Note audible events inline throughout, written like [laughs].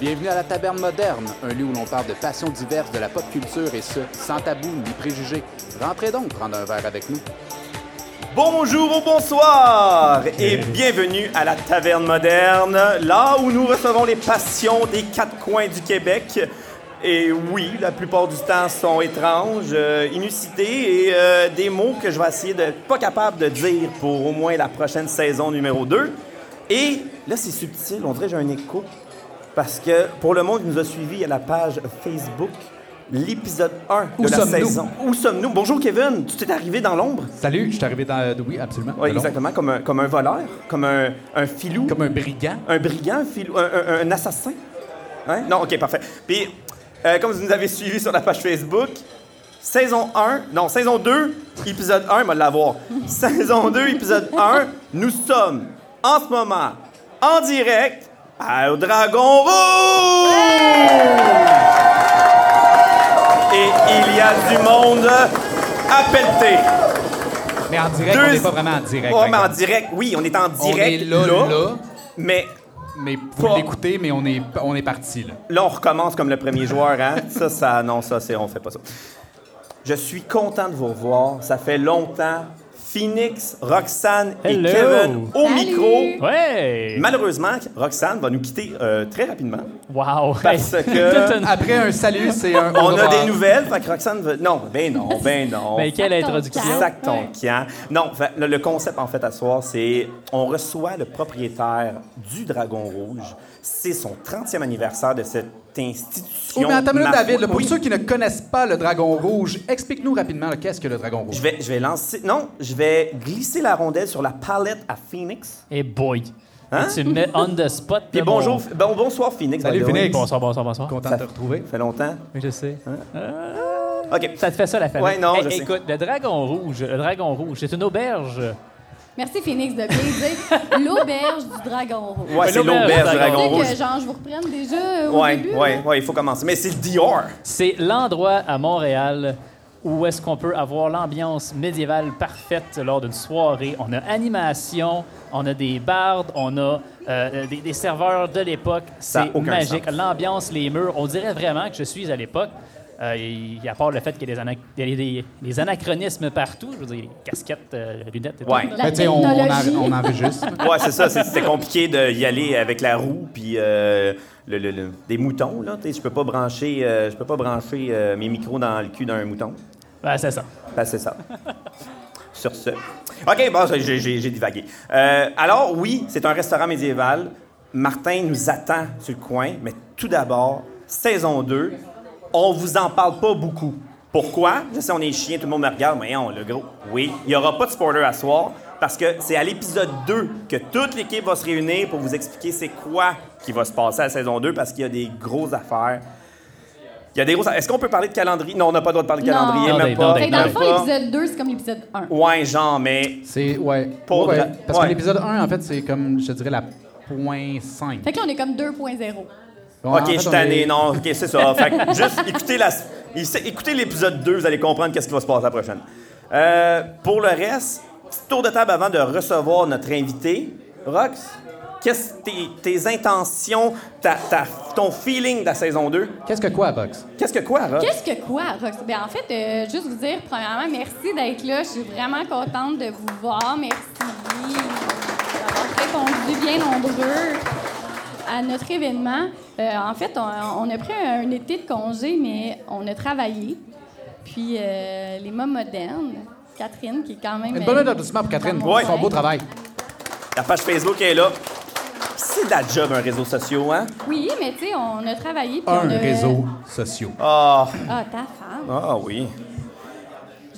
Bienvenue à la Taverne Moderne, un lieu où l'on parle de passions diverses de la pop culture et ce, sans tabou ni préjugés. Rentrez donc prendre un verre avec nous. Bonjour ou bonsoir et bienvenue à la Taverne Moderne, là où nous recevons les passions des quatre coins du Québec. Et oui, la plupart du temps sont étranges, euh, inusités et euh, des mots que je vais essayer de pas capable de dire pour au moins la prochaine saison numéro 2. Et là, c'est subtil, on dirait que j'ai un écho. Parce que pour le monde qui nous a suivis à la page Facebook, l'épisode 1 Où de la sommes-nous? saison. Où sommes-nous? Bonjour Kevin, tu t'es arrivé dans l'ombre? Salut, je suis arrivé dans. euh, Oui, absolument. Oui, Allons. exactement, comme un, comme un voleur, comme un, un filou, Comme un brigand. un brigand, un, filou, un, un- un assassin. Hein? Non, ok, parfait. Puis, euh, comme vous nous avez suivi sur la page Facebook, saison 1, non, saison 2, épisode 1, on va l'avoir. saison 2, épisode 1, nous sommes en ce moment en direct à Dragon Rouge! Et il y a du monde à pelleter. Mais en direct, on Deux- n'est pas vraiment en direct. Oh, par mais en exemple. direct, oui, on est en On est direct. là, là, Mais mais Pas- vous l'écoutez, mais on est, on est parti, là. là, on recommence comme le premier joueur, hein? [laughs] ça, ça, non, ça, c'est, on fait pas ça. Je suis content de vous revoir. Ça fait longtemps. Phoenix, Roxane Hello. et Kevin au Salut. micro. Ouais! Malheureusement, Roxane va nous quitter euh, très rapidement. Wow! Parce Hey, que- [laughs] toute une- Après un salut, c'est un. au On a revoir. des nouvelles, fait que Roxane veut... Non, ben non, ben non. Ben, quelle Sac ton introduction! camp. Sac ton camp. Non, fait, le, le concept, en fait, à soir, c'est on reçoit le propriétaire du Dragon Rouge. C'est son 30e anniversaire de cette institution. Oui, mais attends une minute, ma David, là, foi. pour Oui, ceux qui ne connaissent pas le Dragon Rouge, explique-nous rapidement là, qu'est-ce que le Dragon Rouge. Je vais, je vais lancer... Non, je vais glisser la rondelle sur la palette à Phoenix. Et boy! Hein? Tu me mets on the spot. Puis là, bonjour... mon- Bon, bonsoir, Phoenix. Salut, by the way. Phoenix. Bonsoir, bonsoir, bonsoir. Content Ça- de te retrouver. Ça fait longtemps. Oui, je sais. OK. Ça te fait ça, la famille? Ouais, non, Hey, je sais. Écoute, le dragon rouge, le dragon rouge, c'est une auberge. Merci Phoenix de bien [laughs] dire l'auberge du dragon rouge. Ouais, c'est l'auberge, l'auberge du Dragon Dragon Tu sais Rouge. que genre je vous reprenne déjà euh, au Ouais, début. ouais, là. ouais, il faut commencer. Mais c'est Dior. C'est l'endroit à Montréal où est-ce qu'on peut avoir l'ambiance médiévale parfaite lors d'une soirée. On a animation, on a des bardes, on a euh, des, des serveurs de l'époque. Ça a C'est aucun magique. sens. L'ambiance, les murs, on dirait vraiment que je suis à l'époque. Euh, et à part le fait qu'il y a des, ana- des- des- des anachronismes partout, je veux dire, casquettes, euh, lunettes et Ouais. tout. La Ben, tu sais, on, on, en- technologie. on enregistre. [laughs] Ouais, c'est ça. c'est- C'était compliqué d'y aller avec la roue puis euh, le, le- le- des moutons. Là, Tu sais, je peux pas brancher, euh, je peux pas brancher euh, mes micros dans le cul d'un mouton. Ouais, c'est ça. Ben, c'est ça. Sur ce. OK, bon, j'ai- j'ai j'ai divagué. Euh, alors, oui, c'est un restaurant médiéval. Martin nous attend sur le coin, mais tout d'abord, saison 2, on vous en parle pas beaucoup. Pourquoi? Je sais, on est chien, tout le monde me regarde, mais on, le gros. Oui, il n'y aura pas de spoiler à soir, parce que c'est à l'épisode 2 que toute l'équipe va se réunir pour vous expliquer c'est quoi qui va se passer à la saison 2, parce qu'il y a des grosses affaires. Il y a des grosses... Est-ce qu'on peut parler de calendrier? Non, on n'a pas le droit de parler de Non. calendrier, Non, même non, non, pas. Fait que dans le même fond, pas. l'épisode 2, c'est comme l'épisode 1. Ouais, genre, mais. C'est. Ouais. Pour Ouais, dra- Parce ouais. que l'épisode 1, en fait, c'est comme, je te dirais, la point 5. Fait que là, on est comme 2.0. Bon, en ok, fait, je suis on tanné, est- non, ok, c'est ça. fait que juste écoutez la. Écoutez l'épisode 2, vous allez comprendre qu'est-ce qui va se passer la prochaine. Euh, pour le reste, petit tour de table avant de recevoir notre invité. Rox, qu'est-ce tes, tes intentions, ta, ta- ton feeling de la saison 2? Qu'est-ce que quoi, Vox? Qu'est-ce que quoi, Rox? Qu'est-ce que quoi, Rox? Ben, en fait, euh, juste vous dire, premièrement, merci d'être là. Je suis vraiment contente de vous voir. Merci d'avoir répondu bien nombreux à notre événement. Euh, en fait, on, on a pris un, été de congé, mais on a travaillé. Puis euh, les moms modernes, Catherine, qui est quand même... Une bonne euh, applaudissement pour Catherine dans mon Ouais. pour son beau coin. travail. La page Facebook est là. C'est de la job, un réseau social, hein? Oui, mais tu sais, on a travaillé. puis Un on a- réseau social. Ah, Ah, ta femme. ah oui.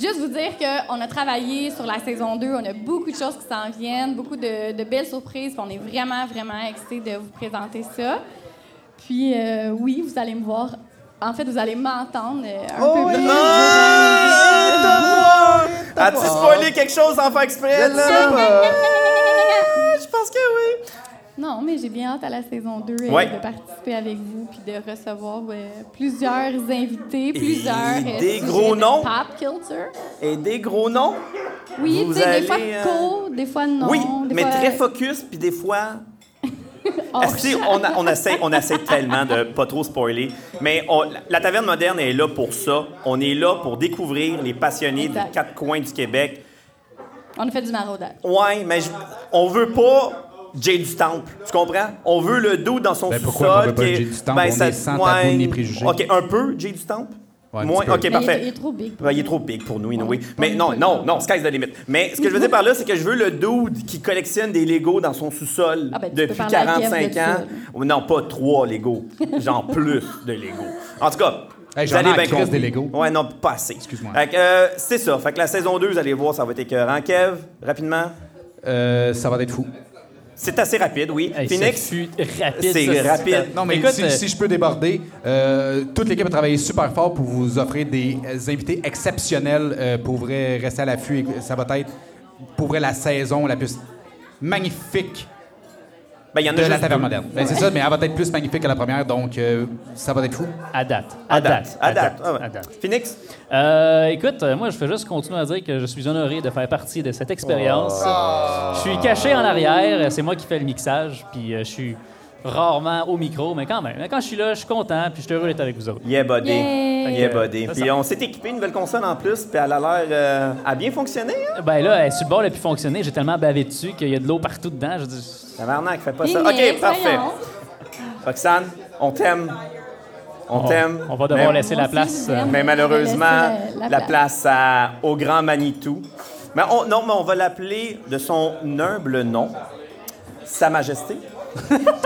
Juste vous dire qu'on a travaillé sur la saison 2, on a beaucoup de choses qui s'en viennent, beaucoup de, de belles surprises, puis on est vraiment, vraiment excités de vous présenter ça. Puis euh, oui, vous allez me voir. En fait, vous allez m'entendre euh, un Oh peu plus. As-tu spoilé quelque chose sans faire exprès, là? Je pense que oui. Non, mais j'ai bien hâte à la saison 2 euh, Ouais. de participer avec vous, puis de recevoir euh, plusieurs invités, plusieurs... euh, des sujets gros de noms. Pop culture. Et des gros noms? Oui, Vous tu sais, des fois allez, euh, co, des fois euh, Oh, non. oui, des mais fois- très focus, puis des fois... Hors Asti, on, a- on essaie, on essaie tellement de pas trop spoiler, mais on- la taverne moderne est là pour ça. On est là pour découvrir les passionnés des Exact. quatre coins du Québec. On a fait du maraudage. Ouais, mais je- on veut pas Jay du Temple, tu comprends? On veut le dos dans son Ben, pourquoi on sous-sol. veut pas qui est- ben, Jay du Temple? On est sans ouais. tabou ni préjugés. OK, un peu Jay du Temple? Ouais, un Moins, petit peu. OK, Mais il est- parfait. il est trop big. Ben, il est trop big pour nous, anyway. Ouais, Mais pas non, big. non, non, sky's the limit. Mais ce que je veux dire par là, c'est que je veux le dude qui collectionne des Legos dans son sous-sol Ah ben, tu peux depuis parler à Kev 45 de ans. ça. Oh, Non, pas trois Legos. [laughs] Genre plus de Legos. En tout cas, Hey, vous j'en ai allez à bien crise des compris. Legos. Ouais, non, pas assez. Excuse-moi. Fait que, euh, c'est ça. Fait que la saison 2, vous allez voir, ça va être écœurant. Kev, rapidement. Euh, ça va être fou. C'est assez rapide, oui. Hey, ça Phoenix, fut rapide. c'est ça, rapide. c'était- Non, mais Écoute, si, euh, si je peux déborder, euh, toute l'équipe a travaillé super fort pour vous offrir des euh, invités exceptionnels euh, pour vrai rester à l'affût. et Ça va être, pour vrai, la saison la plus magnifique ben, il y en a de la juste taverne deux. moderne. Ben, c'est ça, mais elle va être plus magnifique que la première, donc euh, ça va être fou. à date. À date. À date. Ah ouais. à date. Phoenix, Euh, écoute, euh, moi, je fais juste continuer à dire que je suis honoré de faire partie de cette expérience. Ah. Je suis caché en arrière, c'est moi qui fais le mixage, puis euh, je suis rarement au micro, mais quand même. Mais Quand je suis là, je suis content, puis je suis heureux d'être avec vous autres. yeah, buddy. Yay. Yeah, buddy. Ça, Puis ça- on s'est équipé une nouvelle console en plus, puis elle a l'air euh, à bien fonctionner. Hein? Ben là, elle est sur le bord, elle a pu fonctionner. J'ai tellement bavé dessus qu'il y a de l'eau partout dedans. Je dis, Tabarnak, fais pas Oui, ça. mais OK, parfait. voyons. Roxane, on t'aime. On on, t'aime. on va devoir mais, laisser Moi la aussi, place. je vous aime. Mais malheureusement, Laisser euh, la, la- la place, à- au grand Manitou. Mais on- non, mais on va l'appeler de son humble nom, Sa Majesté.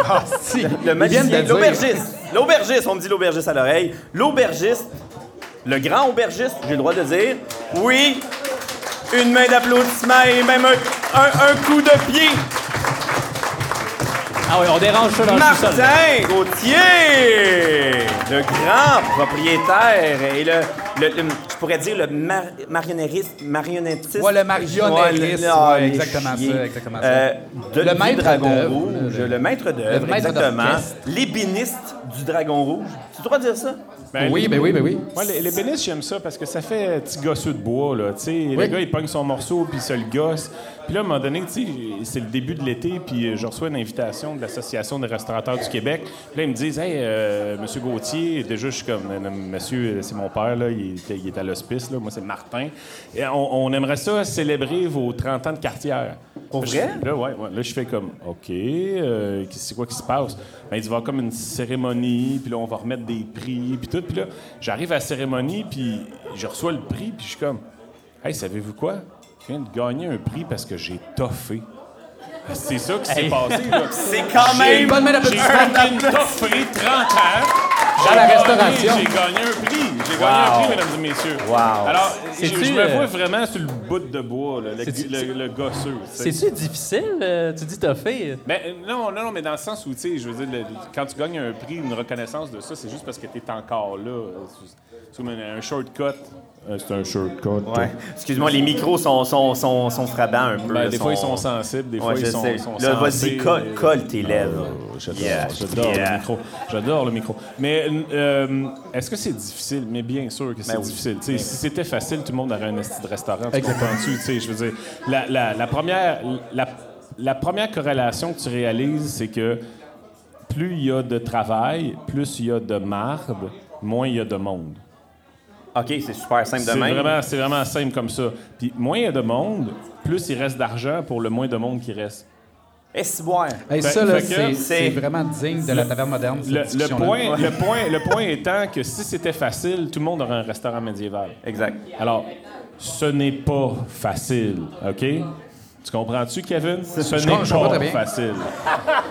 Ah, si! Le magicien, Ils viennent de dire. l'aubergiste. L'aubergiste, on me dit l'aubergiste à l'oreille. L'aubergiste, le grand aubergiste, j'ai le droit de dire. Oui, une main d'applaudissement et même un, un- un coup de pied. Ah oui, on dérange ça dans le sous-sol. Martin Gauthier, le grand propriétaire et le, le- le- je pourrais dire le mar- marionnettiste, marionnettiste. Ouais, le marionnettiste, le- ouais, ah, les exactement ça, chiens. exactement ça. Euh, de- Le du maître Dragon d'œuvre, Rouge, le- le, le- maître d'œuvre, maître exactement. d'orchestre. L'ébéniste du Dragon Rouge. Tu dois dire ça? Ben, Oui, les- ben oui, ben oui. Ouais, les, les bénisses, j'aime ça parce que ça fait euh, petit gosseux de bois, là. Tu sais, le gars, il pogne son morceau, puis il se le gosse. Puis là, à un moment donné, tu sais, c'est le début de l'été, puis euh, je reçois une invitation de l'Association des restaurateurs du Québec. Puis là, ils me disent, hey, euh, monsieur Gauthier, déjà, je suis comme, Non, non, monsieur, euh, c'est mon père, là, il, était- il est à l'hospice, là. Moi, c'est Martin. Et on, on aimerait ça célébrer vos 30 ans de quartière. Pour Je- vrai? Là, ouais, ouais. là, je fais comme, OK, euh, qu'est- c'est quoi qui se passe? Ben, il va y avoir comme une cérémonie, puis là, on va remettre des prix, puis tout. Puis là, j'arrive à la cérémonie, puis je reçois le prix, puis je suis comme, Hey, savez-vous quoi? Je viens de gagner un prix parce que j'ai toffé. Ah, C'est ça qui s'est Hey. passé, là. [laughs] C'est quand J'ai même. bonne main j'ai d'applaudissement. fucking toffé 30 ans. Dans J'ai la gagné- restauration. J'ai gagné un prix. J'ai gagné un Wow. prix, mesdames et messieurs. Wow. Alors, je, C'est-tu, je me euh, vois vraiment sur le bout de bois, là, le, C'est-tu- le- le gosseux. tu sais. C'est-tu difficile? euh, tu dis t'as fait. Ben, euh, non, non, non, mais dans le sens où, tu sais, je veux dire, le- quand tu gagnes un prix, une reconnaissance de ça, c'est juste parce que t'es encore là. Euh, c'est- C'est comme un, un shortcut. Euh, c'est un shortcut. Ouais. Excuse-moi, les micros sont, sont, sont, sont frappants un peu. Ben, là, des fois, ils sont sensibles, des Ouais, fois, je ils sont, sais. sont Là, vas-y, sensés. colle, colle tes lèvres. Oh, J'adore, Yeah. j'adore Yeah. le micro. J'adore le micro. Mais euh, est-ce que c'est difficile? Mais bien sûr que c'est Ben oui. difficile. Tu sais, Si c'était facile, tout le monde aurait un esti de restaurant. Tu Exactement. comprends-tu? Tu sais, Je veux dire, la, la- la première, la, la première corrélation que tu réalises, c'est que plus il y a de travail, plus il y a de marde, moins il y a de monde. OK, c'est super simple de C'est même. vraiment, c'est vraiment simple comme ça. Puis moins il y a de monde, plus il reste d'argent pour le moins de monde qui reste. Et si boire. Hey, Ben, Fait- ça, là, fait que c'est- c'est- c'est vraiment digne de la taverne moderne. cette Le, le, discussion-là. [laughs] point, le, point, le point étant que si c'était facile, tout le monde aurait un restaurant médiéval. Exact. Alors, ce n'est pas facile, OK? Tu comprends-tu, Kevin? Ce je n'est comprends- je comprends pas très bien. facile.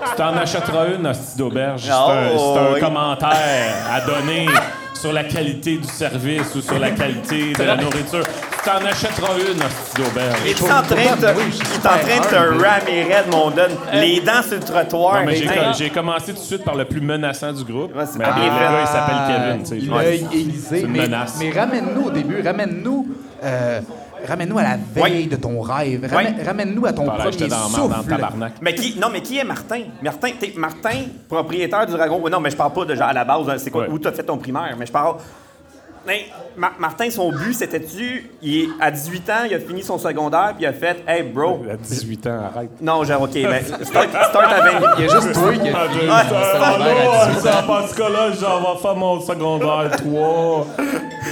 tu t'en achèteras une, hostie d'auberge. C'est Oh, un, c'est un oui. commentaire à donner sur la qualité du service ou sur la qualité de la nourriture. Tu t'en achèteras une, hostie Il d'auberge. est en train de te, il est en train de te ramer raide, mon don. Les dents sur le trottoir. Non, mais les j'ai dents. com- j'ai commencé tout de suite par le plus menaçant du groupe. Ouais, c'est mais pas le bien vrai. gars, il s'appelle Euh, Kevin. tu sais, je L'œil m'en- aiguisé. C'est une mais, menace. mais ramène-nous au début, ramène-nous. euh, Ramène-nous à la veille Ouais. de ton rêve. Ramè- Ouais. Ramène-nous à ton Par là, premier j'étais dans, dans, dans le souffle. tabarnak. Mais qui, non, mais qui est Martin? Martin, t'es Martin, propriétaire du Dragon. Ouais, Non, mais je parle pas de genre à la base, hein, c'est quoi? Ouais. Où t'as fait ton primaire? Mais je parle. Martin, Ma- Martin, son but, c'était-tu, il est- à 18 ans, il a fini son secondaire, puis il a fait Hey, bro. À 18 ans, arrête. Non, genre, OK, mais start, start à 20. Il y a juste toi qui [laughs] a fini Ah, son Euh, secondaire à 18 ans. là, genre, va faire mon secondaire 3.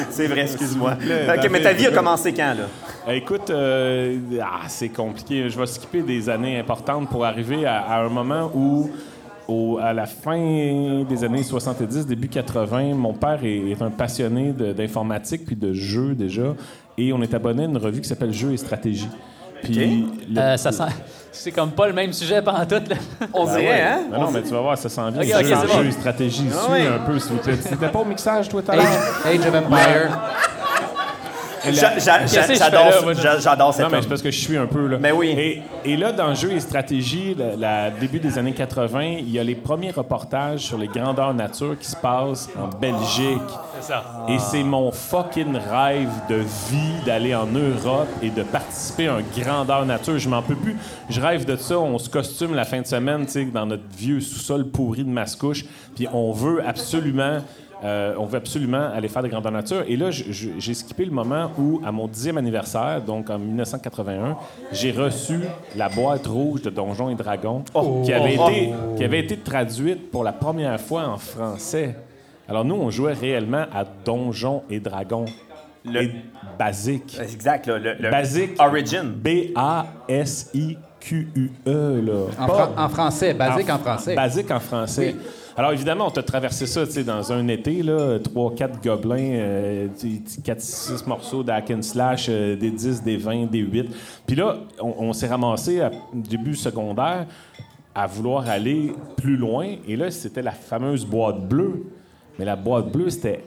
C'est vrai, excuse-moi. plaît, OK, mais ta vie a commencé quand, là? Eh, Écoute, euh, ah, c'est compliqué. Je vais skipper des années importantes pour arriver à, à un moment où, au- à la fin des années 70, début 80, mon père est, est un passionné de- d'informatique puis de jeux déjà. Et on est abonné à une revue qui s'appelle Jeux et stratégie. Puis le- Euh, ça sent. C'est comme pas le même sujet pendant tout. Là. On Ah ouais. dirait, hein? Mais non, mais tu vas voir, ça s'en vient. Ok, Jeux ok, c'est bon. jeux et stratégie, Ah suis ouais. un peu, s'il vous plaît. T'étais pas au mixage, toi, tout à l'heure? Age, Age of Empire. J'a- j'a- Qu'est-ce que je J'adore fais là, ce- moi? j'a- j'adore Non, cette mais c'est parce que je suis un peu là. Mais oui. Et, et là, dans Jeux et stratégie, le la- début des années 80, il y a les premiers reportages sur les grandeurs nature qui se passent en Belgique. Ah, C'est ça. Et c'est mon fucking rêve de vie d'aller en Europe et de participer à un grandeur nature. Je m'en peux plus. Je rêve de ça. On se costume la fin de semaine, tu sais, dans notre vieux sous-sol pourri de Mascouche. Puis on veut absolument. Euh, on veut absolument aller faire des grandeurs nature. Et là, je- je- j'ai skippé le moment où, à mon dixième anniversaire, donc en 1981, j'ai reçu la boîte rouge de Donjons et Dragons qui, avait été, qui avait été traduite pour la première fois en français. Alors nous, on jouait réellement à Donjons et Dragons. Le- Et basique. Exact, là. Le, le- Basique. Origin. B-A-S-I-Q-U-E, E, là. En, Pas fran- en français, basique en, fr- français. Basique en français. Alors, évidemment, on t'a traversé ça, tu sais, dans un été, là, 3, 4 gobelins, euh, 4, 6 morceaux d'hack and slash, euh, des 10, des 20, des 8. Puis là, on, on s'est ramassé à début secondaire à vouloir aller plus loin. Et là, c'était la fameuse boîte bleue. Mais la boîte bleue, c'était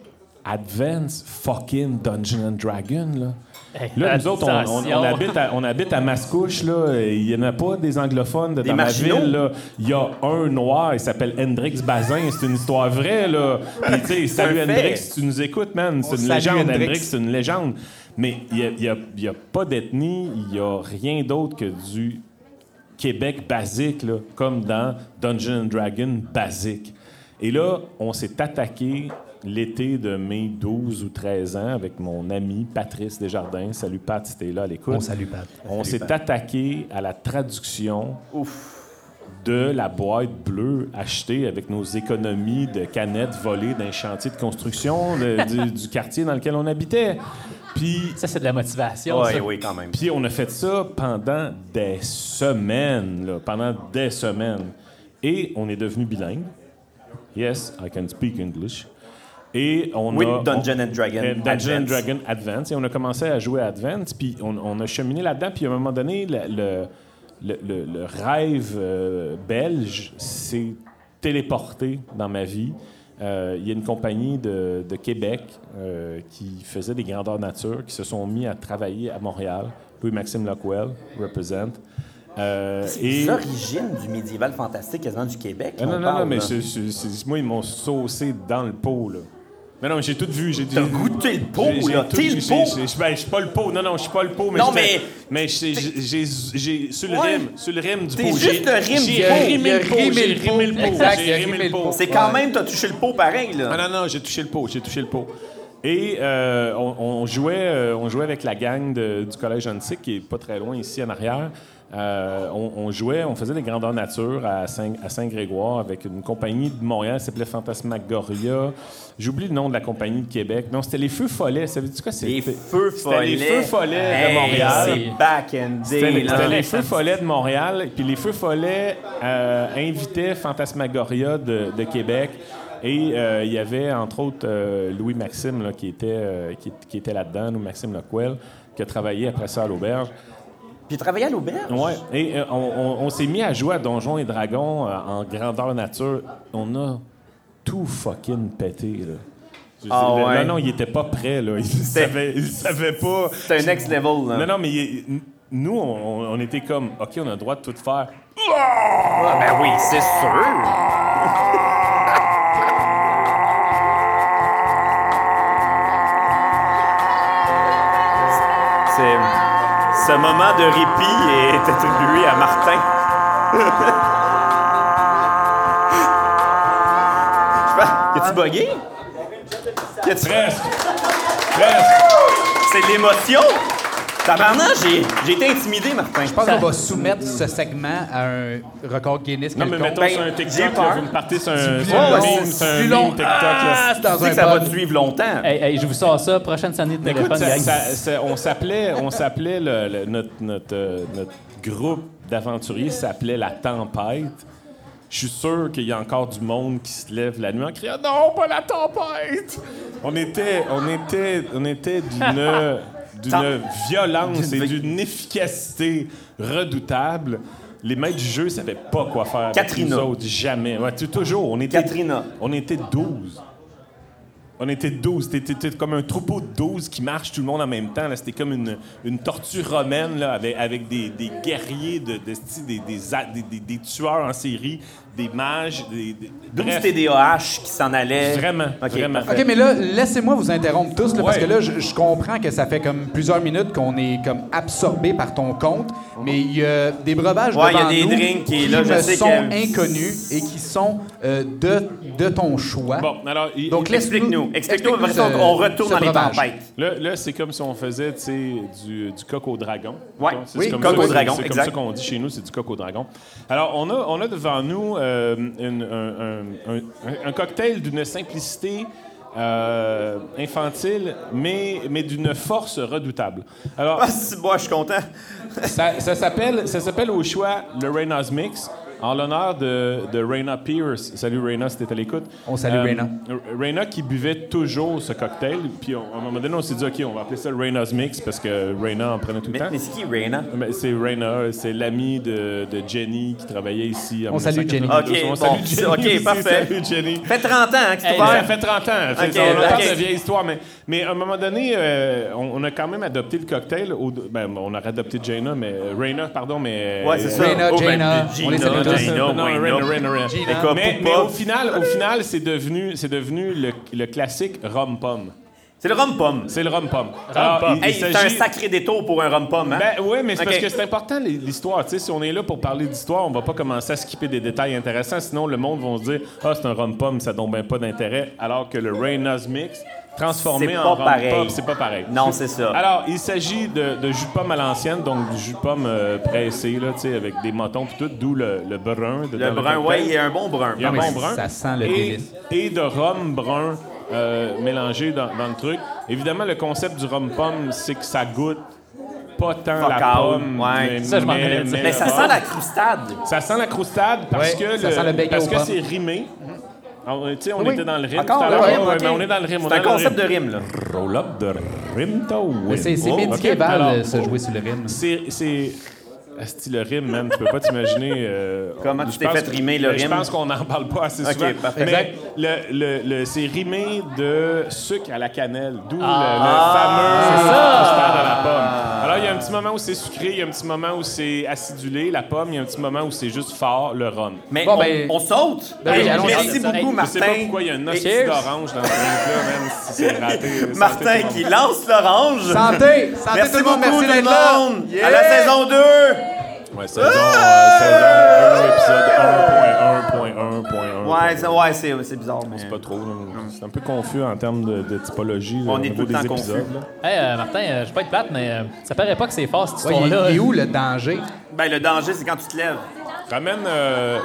Advance fucking Dungeon and Dragon, là. Hey, Là, nous autres, on- on, attention. on habite à, on habite à Mascouche, là. et Il n'y en a pas des anglophones de, Des dans ma marginaux? ville, là. Il y a un noir, il s'appelle Hendrix Bazin. C'est une histoire vraie, là. Puis, tu sais, salut un fait. Hendrix, tu nous écoutes, man. C'est une salue légende, Hendrix. Hendrix, c'est une légende. Mais il n'y a, il y a- il y a pas d'ethnie, il n'y a rien d'autre que du Québec basique, là, comme dans Dungeon and Dragon basique. Et là, on s'est attaqué l'été de mes 12 ou 13 ans avec mon ami Patrice Desjardins. Salut Pat, si t'es là à l'écoute. On salue Pat. On s'est attaqué à la traduction de la boîte bleue achetée avec nos économies de canettes volées d'un chantier de construction de- du, du quartier dans lequel on habitait. Puis Ça, c'est de la motivation. Oui, ça. oui, quand même. puis on a fait ça pendant des semaines, là, pendant des semaines. Et on est devenu bilingue. Yes, I can speak English. Et on With a Dungeon on- and Dragon Euh, Dungeon Advance. and Dragon Advance. Et on a commencé à jouer à Advance. Puis on, on a cheminé là-dedans. Puis à un moment donné, le, le- le- le- le rêve euh, belge s'est téléporté dans ma vie. Euh, Il y a une compagnie de, de Québec euh, qui faisait des grandeurs nature, qui se sont mis à travailler à Montréal. Louis-Maxime Lockwell, represent. Euh, et- Les origines du médiéval fantastique quasiment du Québec. ah, on non, non, parle, non, mais là. c'est- c'est- c'est- moi, ils m'ont saucé dans le pot, là. Mais non, mais j'ai tout vu. J'ai T'as goûté le pot, j'ai- j'ai là, tout- t'es le j'ai- pot. j'ai- j'ai- ben, Je suis pas le pot. Non, non, je suis pas le pot. Mais Non, j'étais- mais- Mais j'ai- j'ai. j'ai- Sur le Ouais. rime, sur le rime du T'es pot. juste j'ai- le rime du J'ai pot. Il a rimé le pot. rimé J'ai le pot. rimé le pot. Exact, il J'ai a rimé le pot. pot. C'est quand Ouais. même, t'as touché le pot pareil, là. Ah non, non, j'ai touché le pot, j'ai touché le pot. Et euh, on, on jouait, euh, on jouait avec la gang de- du Collège Antique, qui est pas très loin ici en arrière. Euh, on, on jouait, on faisait des grandeurs nature à, Saint, à Saint-Grégoire avec une compagnie de Montréal qui s'appelait Fantasmagoria. J'oublie le nom de la compagnie de Québec. Non, c'était les Feux Follets. Ça veut dire quoi? Les c'était- feux C'était follets. les Feux Follets Hey, de Montréal. C'est back and C'était day, les- c'était là. les Feux Follets de Montréal. Puis les Feux Follets euh, invitaient Fantasmagoria de, de Québec. Et euh, il y avait, entre autres, euh, Louis Maxime là, qui était, euh, qui, qui était là-dedans, Louis Maxime Lockwell, qui a travaillé après ça à l'auberge. Puis travailler à l'auberge. Ouais, et euh, on, on- on s'est mis à jouer à Donjons et Dragons euh, en grandeur nature. On a tout fucking pété, là. Je Ah sais- le- ouais. Non, non, il était pas prêt, là. Il savait, il savait pas. C'est un next level, là. Non, non, mais il- n- nous, on, on- on était comme, OK, on a le droit de tout faire. Ah, ben oui, c'est sûr. C'est- Ce moment de répit est attribué à Martin. [laughs] Je sais pas, Y'a-tu bugué? Qu'est-ce que tu- Presque. Presque. C'est de l'émotion. Tabarnak, j'ai, j'ai été intimidé, Martin. Je pense qu'on va soumettre ce segment à un record Guinness. Non, mais quelconque. mettons Ben, sur un j'ai TikTok, peur. là, vous me partez sur un, sur plus un long, meme, c'est sur un plus meme long. TikTok. Ah, là. c'est Tu dans sais un que ça va te pub. suivre longtemps. Hey, hey, je vous sors ça, prochaine sonnette de Mais écoute, téléphone, ça- gang. ça- ça- on s'appelait, on s'appelait le- le- notre, notre, euh, notre groupe d'aventuriers s'appelait la tempête. Je suis sûr qu'il y a encore du monde qui se lève la nuit en criant non pas la tempête. On était, on était, on était d'une d'une violence et d'une efficacité redoutable. Les maîtres du jeu savaient pas quoi faire. avec Katrina. nous autres, jamais. Ouais, tu- toujours. On était, Katrina. On était 12. On était 12. T'étais t'étais comme un troupeau de 12 qui marche tout le monde en même temps. là. C'était comme une, une tortue romaine là, avec, avec des, des guerriers, de, de style- des, des, a- des- des- des tueurs en série, des mages. Des, des- Douze bref. TDAH qui s'en allait. Vraiment, Ok, vraiment. parfait. OK, mais là, laissez-moi vous interrompre tous, là, parce Ouais. que là, je, je comprends que ça fait comme plusieurs minutes qu'on est comme absorbé par ton compte, mais il y a des breuvages Ouais, devant il y a des nous drinks qui, qui là, je me sais sont que- inconnus et qui sont euh, de, de ton choix. Bon, alors, il- Donc, laisse- Explique-nous. Explique-nous. explique-nous parce qu'on- ce- on retourne ce dans les breuvage. tempêtes. Là, là, c'est comme si on faisait tu sais, du, du coq au dragon. Ouais. Donc, c'est Oui, comme coq ça- au dragon, C'est comme exact. ça qu'on dit chez nous, c'est du coq au dragon. Alors, on a, on a devant nous euh, une- un, un- un- un cocktail d'une simplicité euh, infantile, mais, mais d'une force redoutable. Alors, Ah, si, moi, je suis content. ça, ça s'appelle, ça s'appelle au choix le Reyna's Mix en l'honneur de, de Reyna Pierce. Salut Reyna, si t'es à l'écoute. Euh, On salue Reyna. Reyna qui buvait toujours ce cocktail. Puis on- à un moment donné, on s'est dit, OK, on va appeler ça le Reyna's Mix parce que Reyna en prenait tout le Mais, temps. mais c'est qui, Raina? Mais c'est Reyna, c'est l'ami de, de Jenny qui travaillait ici. en On salue 1992. Jenny. On Ok, salue bon, Jenny. ok, aussi, parfait. Salut Jenny. Fait 30 ans hein, que c'est Hey, Mais ouvert. Ça fait 30 ans. Ok, c'est, on parle ok. de vieille histoire, mais, mais à un moment donné, euh, on, on a quand même adopté le cocktail. au- ben, on aurait adopté Jaina, mais euh, Raina, pardon, mais. Ouais, c'est ça. Raina, ben, Jaina, on les salue Gina, tous. Gina, Non, non, Raina. Raina, Raina, Raina. Écoute, Mais, pour mais pas- au final, au final, c'est devenu, c'est devenu le, le classique rum pom. C'est le rum-pum. C'est le rum pom. Hey, c'est un sacré détour pour un rum-pum, hein? Ah, Ben oui, mais c'est Ok. parce que c'est important les- l'histoire. Tu sais, si on est là pour parler d'histoire, on va pas commencer à skipper des détails intéressants. Sinon, le monde va se dire Ah, c'est un rum-pum, ça donne bien pas d'intérêt. Alors que le Reyna's Mix, transformé C'est en pas pareil. rum-pum, c'est pas pareil. Non, c'est ça. Alors, il s'agit de, de jus de pomme à l'ancienne, donc du jus de pomme euh, pressé, là, tu sais, avec des motons et tout, d'où le, le brun. le brun, ouais, il y a un bon brun. Il y a un Ouais, bon mais- brun. ça sent le et, délice. Et de rhum brun euh, mélangé dans, dans le truc. Évidemment, le concept du rhum pomme, c'est que ça goûte pas tant Fuck la out, pomme. ouais. Ça, je m'en allais dire. Mais ça le sent rhum. la croustade. Ça sent la croustade parce Ouais, que ça sent le bacon parce aux que pommes. c'est rimé. On, tu sais, on Oui. était dans le rime. Encore tout à le l'heure. rime, Ouais, ouais, ok. mais on est dans le rime. C'est un concept de rime, là. Roll-up de rime, toi. Mais C'est c'est médiéval, euh, se jouer sur le rime. C'est. c'est... Asti, le rime, man, tu peux pas t'imaginer. euh, Comment tu je t'es pense fait que- rimer le Je rime? pense qu'on n'en parle pas assez Ok, souvent. parfait. Mais le, le, le- c'est rimé de sucre à la cannelle, d'où le- Ah! le, fameux custard à la pomme. Alors, il y a un petit moment où c'est sucré, il y a un petit moment où c'est acidulé, la pomme, il y a un petit moment où c'est juste fort, le rhum. Mais Bon, on, ben- on saute. Ben oui, Hey, allons-y. merci Hey, beaucoup, je Je sais pas Martin. pourquoi il y a une hostie Cheers. d'orange dans ce drink-là, même si c'est raté. Martin qui lance l'orange. Santé! Santé Merci tout le beaucoup monde, merci d'être là! le monde. À la saison 2. Ouais, saison, euh, saison 1, épisode 1.1.1.1. Ouais, c'est- ouais, c'est c'est bizarre. mais- C'est pas trop. là. C'est un peu confus en termes de, de typologie. On là, au est niveau tout le des temps épisodes, confus. là. Hey, euh, Martin, euh, je vais pas être plate, mais euh, ça paraît pas que c'est fort, cette Ouais, il, histoire-là. il est où le danger? Ben, le danger, c'est quand tu te lèves. Ramène, euh,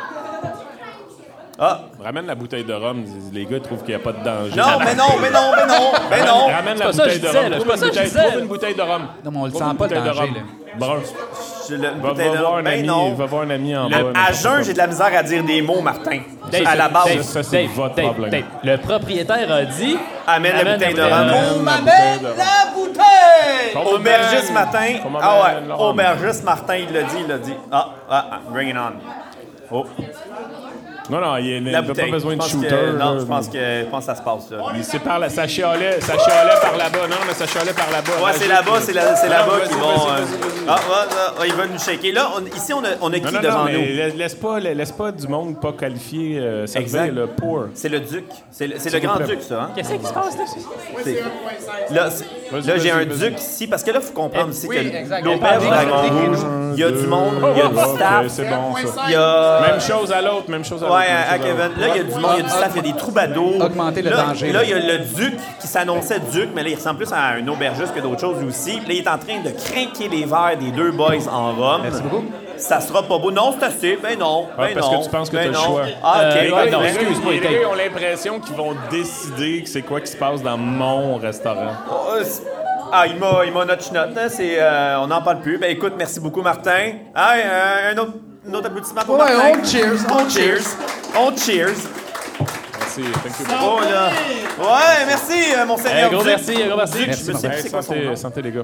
Ah. ramène la bouteille de rhum. Les gars trouvent qu'il n'y a pas de danger. Non, mais non, mais non, mais non, mais [laughs] non. Ramène la pas ça que bouteille je de disais, rhum. là, c'est Trouve pas une ça que je bouteille- disais. Trouve une bouteille de rhum. Non, mais on le Trouve sent une pas, le bouteille de danger, rhum. là. Brun. Je- le- Va, putain, va non, voir un ben ami, non. va voir un ami en Le, bas. à jeun, j'ai de la misère à dire des mots, Martin. Dave, à la base. Dave, Ça, c'est Dave, votre Dave, problème. Dave. Le propriétaire a dit... Amène la bouteille de rhum. On m'amène la bouteille! Qu'on m'amène. Aubergiste Martin. Qu'on m'amène Ah le ouais, rhum. aubergiste Martin, il l'a dit, il l'a dit. Ah, ah, ah, bring it on. Oh, Non, non, il n'y la a pas bouteille. besoin de Je pense shooter. que- non, là. je pense que, je pense que ça se passe, là. Il sépare la... Ça chialait, ça chialait par là-bas. Non, mais ça chialait par là-bas. Ouais, c'est là-bas, c'est là- c'est Non, là-bas vas-y, qu'ils vas-y, vont. euh, vas-y, vas-y. Ah, ah, ah, ah, ils veulent nous checker. Là, on- ici, on a, on a qui Non, non, non, devant mais nous? laisse, laisse pas, laisse pas du monde pas qualifié euh, servir Exact. le pour. C'est le duc. C'est le, c'est le grand duc, ça. Hein? Qu'est-ce qui se passe, là? Là, c'est- Vas-y, là, j'ai vas-y, un vas-y. duc ici, parce que là, il faut comprendre aussi Eh, oui, que exact. l'auberge Des Dragon rouges, Rouge, il y a du monde, il y a du Ok, staff, Ah, ben, C'est bon, ça. il y a... Même chose à l'autre, même chose à Ouais, Ouais, à, à Kevin. Là, il y a du monde, il y a du staff, il y a des troubadours. Augmenter le Là- danger. Là, il y a le duc qui s'annonçait duc, mais là, il ressemble plus à un aubergiste que d'autres choses aussi. Là, il est en train de craquer les verres des deux boys en Rome. Merci beaucoup. Ça sera pas beau. Non, c'est assez. Ben non. Ah, ben parce non, que tu penses que ben t'as le non. choix. Ah, OK. Euh, ouais, ben non, non. excuse-moi, les gars, Kate. ils ont l'impression qu'ils vont décider que c'est quoi qui se passe dans mon restaurant. Ah, c'est- Ah, il m'a, il m'a notre chinotte, là. C'est, euh, on n'en parle plus. Ben écoute, merci beaucoup, Martin. Ah, euh, un autre, un autre applaudissement pour Ouais, Martin. on cheers, on cheers. On cheers. Merci. Thank you. Oh là. Ouais, merci, euh, mon Un seigneur. Eh, gros Duc. merci, un gros merci. Duc, je me sais plus Hey, c'est quoi son nom. santé, santé, les gars.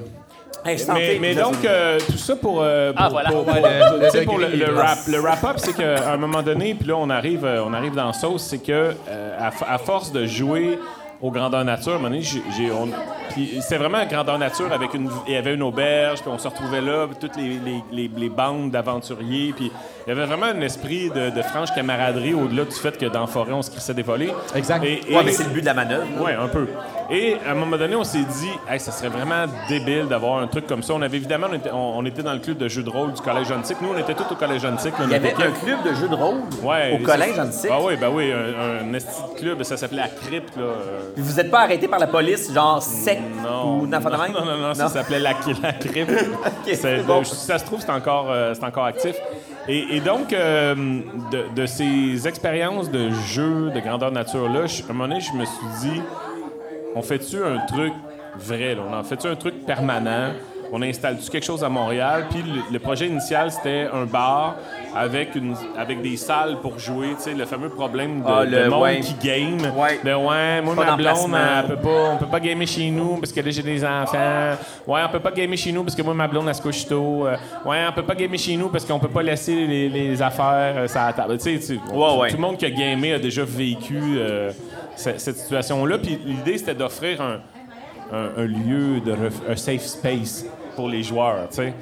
Hey, santé. Mais, mais donc, euh, tout ça pour, euh, pour, Ah, voilà. pour- Ouais, pour- le- le tu sais, pour le, degré, le il wrap, passe. le wrap-up, c'est qu'à un moment donné, puis là, on arrive, euh, on arrive dans la sauce, c'est que euh, à, f- à force de jouer aux grandeurs nature, à un moment donné, j'ai- j'ai- on- puis c'est vraiment grandeur nature avec une, il y avait une auberge, puis on se retrouvait là, puis toutes les, les- les- les bandes d'aventuriers, puis il y avait vraiment un esprit de, de franche camaraderie au-delà du fait que dans la forêt, on se crissait des volets. Exact. Et- et- Ouais, mais c'est le but de la manœuvre. oui, un peu. Et à un moment donné, on s'est dit, hey, ça serait vraiment débile d'avoir un truc comme ça. On avait évidemment, on était, on- on était dans le club de jeux de rôle du Collège Antique. Nous, on était tous au Collège Antique. Il y là, notre avait un équipe. club de jeux de rôle Ouais, au c'est- collège, j'en sais. Ah oui, ben oui, un, un esti de club, ça s'appelait la crypte. Là. euh, Puis vous n'êtes pas arrêté par la police, genre sec Non, ou n'importe [laughs] non, non, non, non, ça s'appelait la, la crypte. [laughs] Ok, C'est- c'est bon. je- ça se trouve, c'est encore, euh, c'est encore actif. Et, et donc, euh, de, de ces expériences de jeu de grandeur nature-là, je- à un moment donné, je me suis dit, on fait-tu un truc vrai? là? On en fait-tu un truc permanent? On installe-tu quelque chose à Montréal? Puis le, le projet initial, c'était un bar avec, une, avec des salles pour jouer. Tu sais, le fameux problème de, Ah, le- de monde ouais. qui game. Ouais. Ben ouais, moi, Pas ma blonde, d'emplacement. elle peut pas, on peut pas gamer chez nous parce que là, j'ai des enfants. Ouais, on peut pas gamer chez nous parce que moi, ma blonde, elle se couche tôt. Euh, Ouais, on peut pas gamer chez nous parce qu'on peut pas laisser les, les affaires euh, sur la table. Tu sais, tu- Ouais, ouais. tout le monde qui a gamé a déjà vécu euh, ce- cette situation-là. Puis l'idée, c'était d'offrir un, un- un lieu, de ref- un safe space pour les joueurs, tu sais.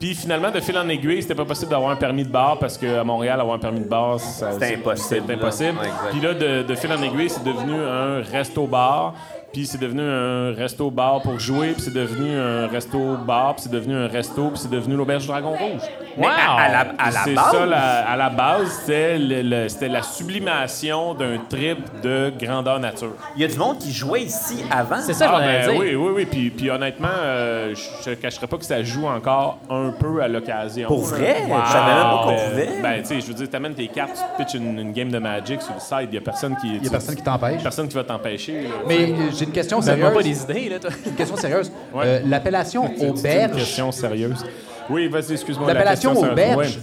Puis finalement, de fil en aiguille, c'était pas possible d'avoir un permis de bar parce qu'à Montréal, avoir un permis de bar, ça- C'était c'est- impossible, c'est là. impossible. Ouais, exact. Puis là, de, de fil en aiguille, c'est devenu un resto-bar. Puis c'est devenu un resto-bar pour jouer. Puis c'est devenu un resto-bar. Puis c'est devenu un resto. Puis c'est devenu l'auberge du Dragon Rouge. Mais à, à la, à la C'est base, ça, la- à la base, c'était le- le- c'était la sublimation d'un trip de grandeur nature. il y a du monde qui jouait ici avant. C'est ça, que je Ah, voulais ben dire. oui, oui, oui. Puis, puis honnêtement, euh, je ne cacherai pas que ça joue encore un peu à l'occasion. Pour là. vrai? Je savais même pas qu'on Ben, pouvait. Ben, tu sais, je veux dire, t'amènes tes cartes, tu te pitches une, une game de Magic sur le site, il y a personne qui... Il y a personne qui t'empêche. Personne qui va t'empêcher. là. Mais euh, j'ai une question Ah, T'as sérieuse. pas des idées, là, toi? Une question sérieuse. Ouais. Euh, L'appellation C'est une auberge. question sérieuse. Oui, vas-y, excuse-moi. la L'appellation question, c'est un- auberge.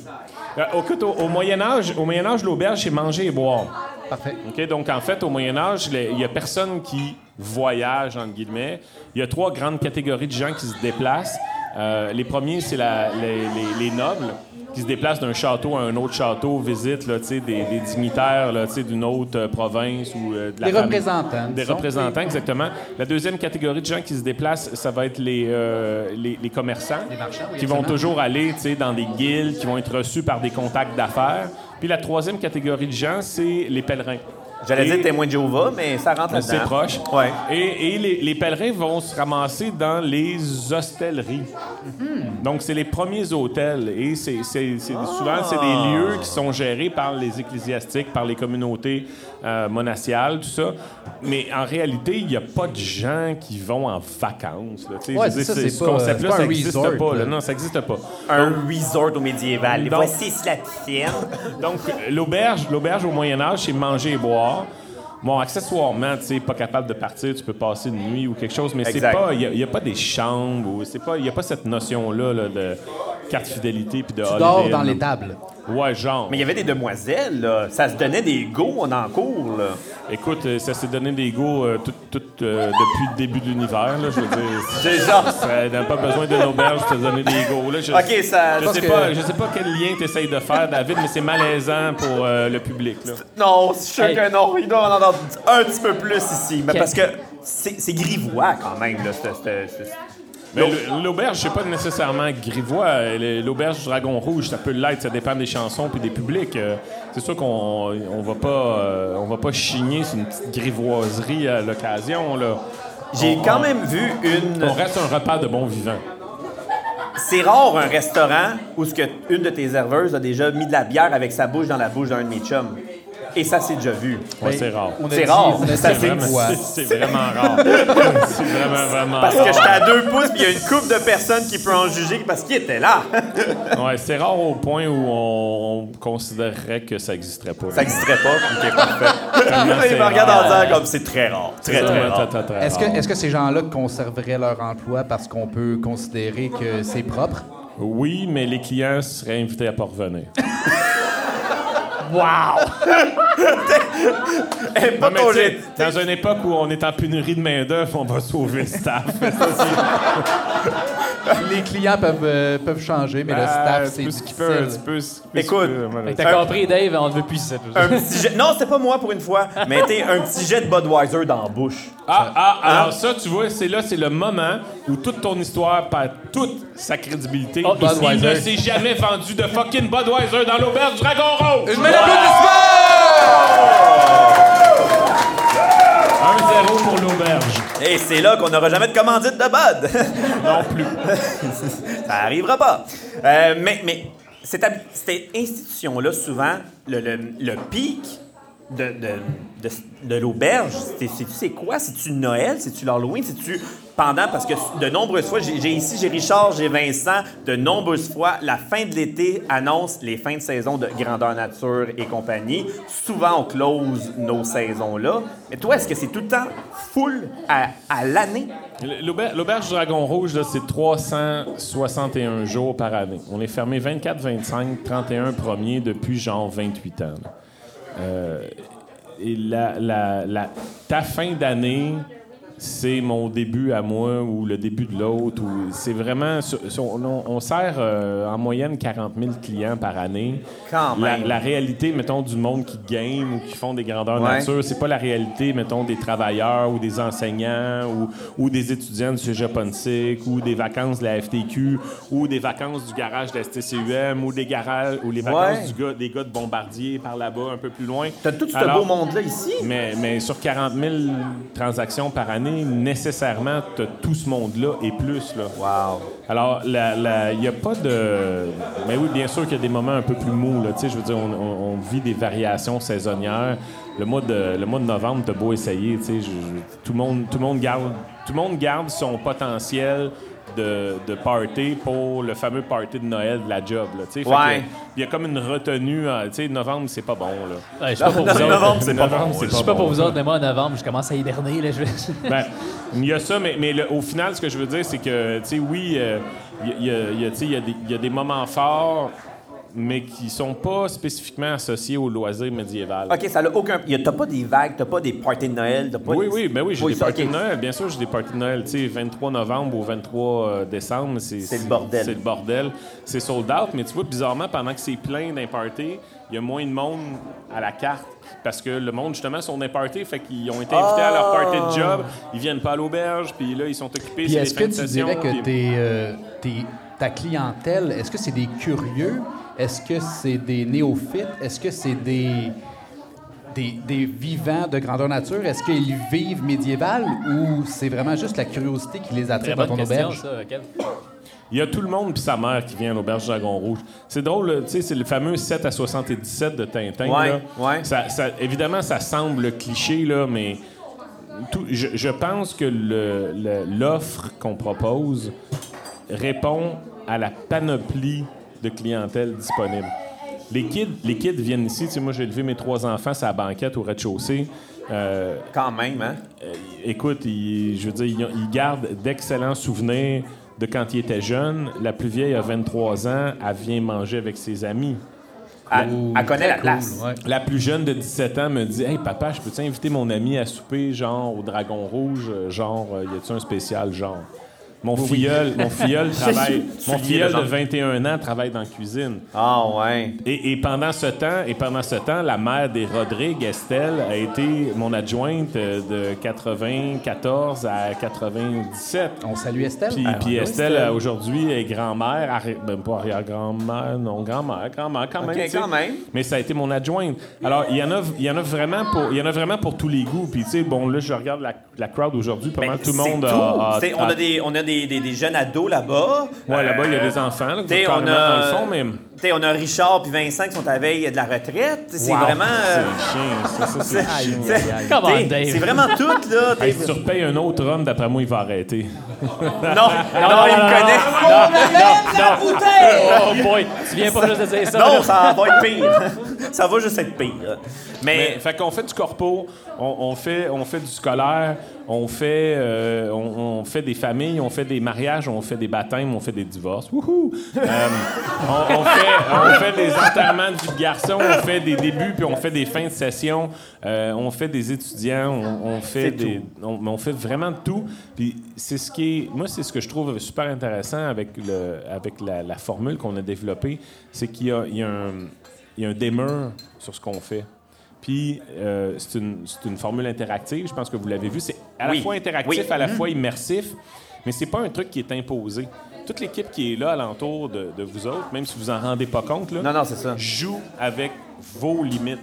ouais. Euh, écoute, au, Moyen Âge, au Moyen Âge, l'auberge c'est manger et boire. Parfait. OK, donc en fait, au Moyen Âge, les- il n'y a personne qui voyage, entre guillemets. Il y a trois grandes catégories de gens qui se déplacent. Euh, les premiers, c'est la- les, les- les nobles qui se déplacent d'un château à un autre château, visitent là, tu sais, des, des dignitaires là, tu sais, d'une autre euh, province ou euh, de la Des famille. représentants, Des disons. représentants, exactement. La deuxième catégorie de gens qui se déplacent, ça va être les, euh, les, les commerçants marchands, oui, qui vont absolument. toujours toujours aller tu sais, dans des guildes qui vont être reçus par des contacts d'affaires. Puis la troisième catégorie de gens, c'est les pèlerins. J'allais Et- dire témoin de Jéhovah, mais ça rentre là-dedans. c'est proche. Ouais. Et, et les, les pèlerins vont se ramasser dans les hostelleries. Hmm. Donc, c'est les premiers hôtels. Et c'est, c'est- c'est- Ah. souvent, c'est des lieux qui sont gérés par les ecclésiastiques, par les communautés euh, monastiales, tout ça. Mais en réalité, il n'y a pas de gens qui vont en vacances. là. Tu sais, Ouais, je veux c'est ça, dire, c'est ce pas- euh, c'est concept-là, pas un ça n'existe resort, pas. là. là. Non, ça n'existe pas. Un resort au médiéval. Donc- Voici la piscine. [laughs] Donc, euh, l'auberge, l'auberge au Moyen Âge, c'est manger et boire. Bon, accessoirement, tu sais, pas capable de partir, tu peux passer une nuit ou quelque chose, mais c'est Exact. pas, il n'y a, pas des chambres ou c'est pas, il y a pas cette notion-là là, de carte fidélité puis de. Tu dors holiday dans inn. les tables. Ouais, genre. Mais il y avait des demoiselles, là. Ça se donnait des go en cours, là. Écoute, euh, ça s'est donné des goûts euh, tout, tout, euh, depuis le début de l'univers, là, je veux dire. [laughs] C'est genre. Ça n'a pas besoin d'une auberge pour te donner des go. Là, je, Ok, ça- je parce sais que- pas, je sais pas quel lien tu essayes de faire, David, mais c'est malaisant pour euh, le public. Là. Non, c'est sûr Hey. que non. Il doit en entendre un petit peu plus ici. Mais Ok. parce que c'est c'est grivois, quand même, là. ce- ce- ce- Mais l- l'auberge, c'est pas nécessairement grivois. Euh, le- L'auberge du Dragon Rouge, ça peut l'être, ça dépend des chansons puis des publics. Euh, C'est sûr qu'on on va pas euh, on va pas chigner sur une petite grivoiserie à l'occasion là. J'ai On- quand on- même vu une... On reste un repas de bon vivant. C'est rare un restaurant où ce que une de tes serveuses a déjà mis de la bière avec sa bouche dans la bouche d'un de mes chums. Et ça s'est déjà vu. Ouais, c'est rare. On a C'est dit- rare. on a Ça dit fait une Vraiment, fois. c'est- [laughs] C'est vraiment [laughs] rare. c'est vraiment, vraiment Parce que rare. j'étais à deux pouces, puis il y a une couple de personnes qui peut en juger parce qu'il était là. Ouais, c'est rare au point où on, on considérerait que ça n'existerait pas. Ça n'existerait pas, puis ok, Tellement parfait. c'est [laughs] Il me regarde en rare. disant comme c'est très rare. Très, très Vraiment rare. très, très Est-ce que, rare. est-ce que ces gens-là conserveraient leur emploi parce qu'on peut considérer que c'est propre? Oui, mais les clients seraient invités à pas revenir. Eh, pas Non, mais ton tu sais, geste. dans une époque où on est en pénurie de main-d'œuvre, on va sauver le staff. Les clients peuvent, euh, peuvent changer, Ben, mais le Ah, staff, tu c'est peux skipper, difficile. tu peux skipper, Écoute, skipper, voilà. Fait que T'as compris, Dave, on ne veut plus ça. Un petit jet- Non, c'était pas moi pour une fois, mais t'es un petit jet de Budweiser dans la bouche. Ah, ah, alors ça, tu vois, c'est là, c'est le moment où toute ton histoire perd toute sa crédibilité. Oh, Il Budweiser. ne s'est jamais vendu de fucking Budweiser dans l'auberge du Dragon Ah! Rose. Une main d'applaudissement! 1-0 pour l'auberge. Et c'est là qu'on n'aura jamais de commandite de Bud. Non plus. Ça arrivera pas. Euh, mais mais cette, hab- cette institution-là, souvent, le, le, le pic de, de, de- de l'auberge, c'est- c'est-tu c'est quoi? C'est-tu Noël? C'est-tu l'Halloween? C'est-tu pendant? Parce que de nombreuses fois, j'ai j'ai ici, j'ai Richard, j'ai Vincent, de nombreuses fois, la fin de l'été annonce les fins de saison de Grandeur Nature et compagnie. Souvent, on close nos saisons-là. Mais toi, est-ce que c'est tout le temps full à, à l'année? L- l'auber- L'auberge du Dragon Rouge, là, c'est 361 jours par année. On est fermé 24, 25, 31 premiers depuis genre 28 ans. là. Euh, et la, la- la- ta fin d'année, c'est mon début à moi ou le début de l'autre. ou- C'est vraiment. sur- sur- on, on sert euh, en moyenne 40 000 clients par année. Quand La- même. la réalité, mettons, du monde qui game ou qui font des grandeurs Ouais. nature, c'est pas la réalité, mettons, des travailleurs ou des enseignants ou, ou des étudiants du sujet Pontic ou des vacances de la FTQ ou des vacances du garage de la STCUM ou des garages ou les vacances Ouais. du gars, des gars de Bombardier par là-bas, un peu plus loin. T'as tout ce Alors, beau monde-là ici? mais, mais sur 40 000 transactions par année, nécessairement, t'as tout ce monde-là et plus. Là. Wow. Alors, il n'y a pas de. Mais oui, bien sûr qu'il y a des moments un peu plus mous. Là. Tu sais, Je veux dire, on, on- on vit des variations saisonnières. Le mois de, le mois de novembre, t'as beau essayer. tu sais, je- je- tout, le monde, tout, le monde garde, tout le monde garde son potentiel de, de party pour le fameux party de Noël de la job. là, tu sais. Fait Ouais. que Il y a comme une retenue. en- tu sais, novembre, c'est pas bon. Là. je sais pas pour vous autres. [laughs] novembre, c'est pas Novembre, bon. c'est Je sais pas bon, pour là. vous autres, mais moi, en novembre, je commence à hiberner. Là, je... Ben, il y a ça, mais, mais le- au final, ce que je veux dire, c'est que, tu sais, oui, euh, il y, a- il y a- tu sais, il y a des- il y a des moments forts, mais qui sont pas spécifiquement associés au loisir médiéval. OK, ça n'a aucun. y a- T'as pas des vagues, t'as pas des parties de Noël, t'as pas. Oui, oui, ben oui, j'ai des ça, parties OK. de Noël. Bien sûr, j'ai des parties de Noël. Tu sais, 23 novembre au 23 euh, décembre, c'est C'est le bordel. C'est le bordel. C'est sold out, mais tu vois, bizarrement, pendant que c'est plein d'un party, il y a moins de monde à la carte. Parce que le monde, justement, sont d'un party, fait qu'ils ont été invités à leur party de Ah! job, ils viennent pas à l'auberge, puis là, ils sont occupés. Puis c'est est-ce les que fins tu de session, dirais que puis- tes, euh, tes- ta clientèle, est-ce que c'est des curieux? Est-ce que c'est des néophytes? Est-ce que c'est des, des, des vivants de grandeur nature? Est-ce qu'ils vivent médiéval ou c'est vraiment juste la curiosité qui les Très attire dans bonne ton question, auberge? ça, Kev. Il y a tout le monde puis sa mère qui vient à l'auberge Dragon Rouge. C'est drôle, là, tu sais, c'est le fameux 7 à 77 de Tintin. Ouais, là. ouais. Ça- ça- évidemment, ça semble cliché, là, mais tout- je, je pense que le- le- l'offre qu'on propose répond à la panoplie de clientèle disponible. Les kids, les kids viennent ici. Tu sais, moi, j'ai élevé mes trois enfants à la banquette au rez-de-chaussée. Euh, Quand même, hein? euh, écoute, il- je veux dire, il, il garde d'excellents souvenirs de quand il était jeune. La plus vieille a 23 ans, elle vient manger avec ses amis. Elle, elle connaît la Cool, place. ouais. La plus jeune de 17 ans me dit Hey papa, je peux-tu inviter mon ami à souper, genre au Dragon Rouge, euh, genre, euh, y a-tu un spécial, genre Mon filleul, mon filleul travaille, Soulier mon de filleul de genre. 21 ans travaille dans la cuisine. Ah, ouais. Et, et pendant ce temps, et pendant ce temps, la mère des Rodrigue, Estelle, a été mon adjointe euh, de 94 à 97. On salue Estelle. Puis, Ah, puis Estelle, euh, aujourd'hui, est grand-mère, arri- ben, pas arrière-grand-mère, non, grand-mère, grand-mère quand même. Ok, tu sais. quand même. Mais ça a été mon adjointe. Alors, il y en a, il y en a vraiment pour, il y en a vraiment pour tous les goûts. Puis, tu sais, bon, là, je regarde la, la crowd aujourd'hui, Ben, comment tout le c'est monde tout. a- a- C'est- on, a des, on a des, des- des jeunes ados là-bas. Ouais, là-bas, il y a Euh, des enfants, là, T'sais, carrément on a, dans le fond, mais... t'sais, on a Richard puis Vincent qui sont à la veille de la retraite. T'sais, C'est Wow. vraiment. euh, C'est chiant, ça, [laughs] ça, c'est chiant. t'sais, Come on, t'sais, Dave. C'est vraiment tout, [laughs] là. t'es- Hey, si tu repayes un autre homme, d'après moi, il va arrêter. Non, non, il me connaît. Oh boy, tu viens pas juste de dire ça. Non, là. ça va être pire. [laughs] ça va juste être pire. Mais, Mais, fait qu'on fait du corpo, on, on fait, on fait du scolaire, on fait, euh, on, on fait des familles, on fait des mariages, on fait des baptêmes, on fait des divorces. Wouhou! Euh, on, on fait, on fait des enterrements du garçon, on fait des débuts, puis on fait des fins de session, euh, on fait des étudiants, on, on fait C'est des, on, on fait vraiment de tout. Puis c'est ce qui est, moi, c'est ce que je trouve super intéressant avec, le, avec la, la formule qu'on a développée, c'est qu'il y a, il y a un, il y a un démeur sur ce qu'on fait. Puis euh, c'est une, c'est une formule interactive, je pense que vous l'avez vu. C'est à Oui. la fois interactif, Oui. à la fois immersif, mais c'est pas un truc qui est imposé. Toute l'équipe qui est là alentour de, de vous autres, même si vous en rendez pas compte, là, non, non, c'est ça. joue avec vos limites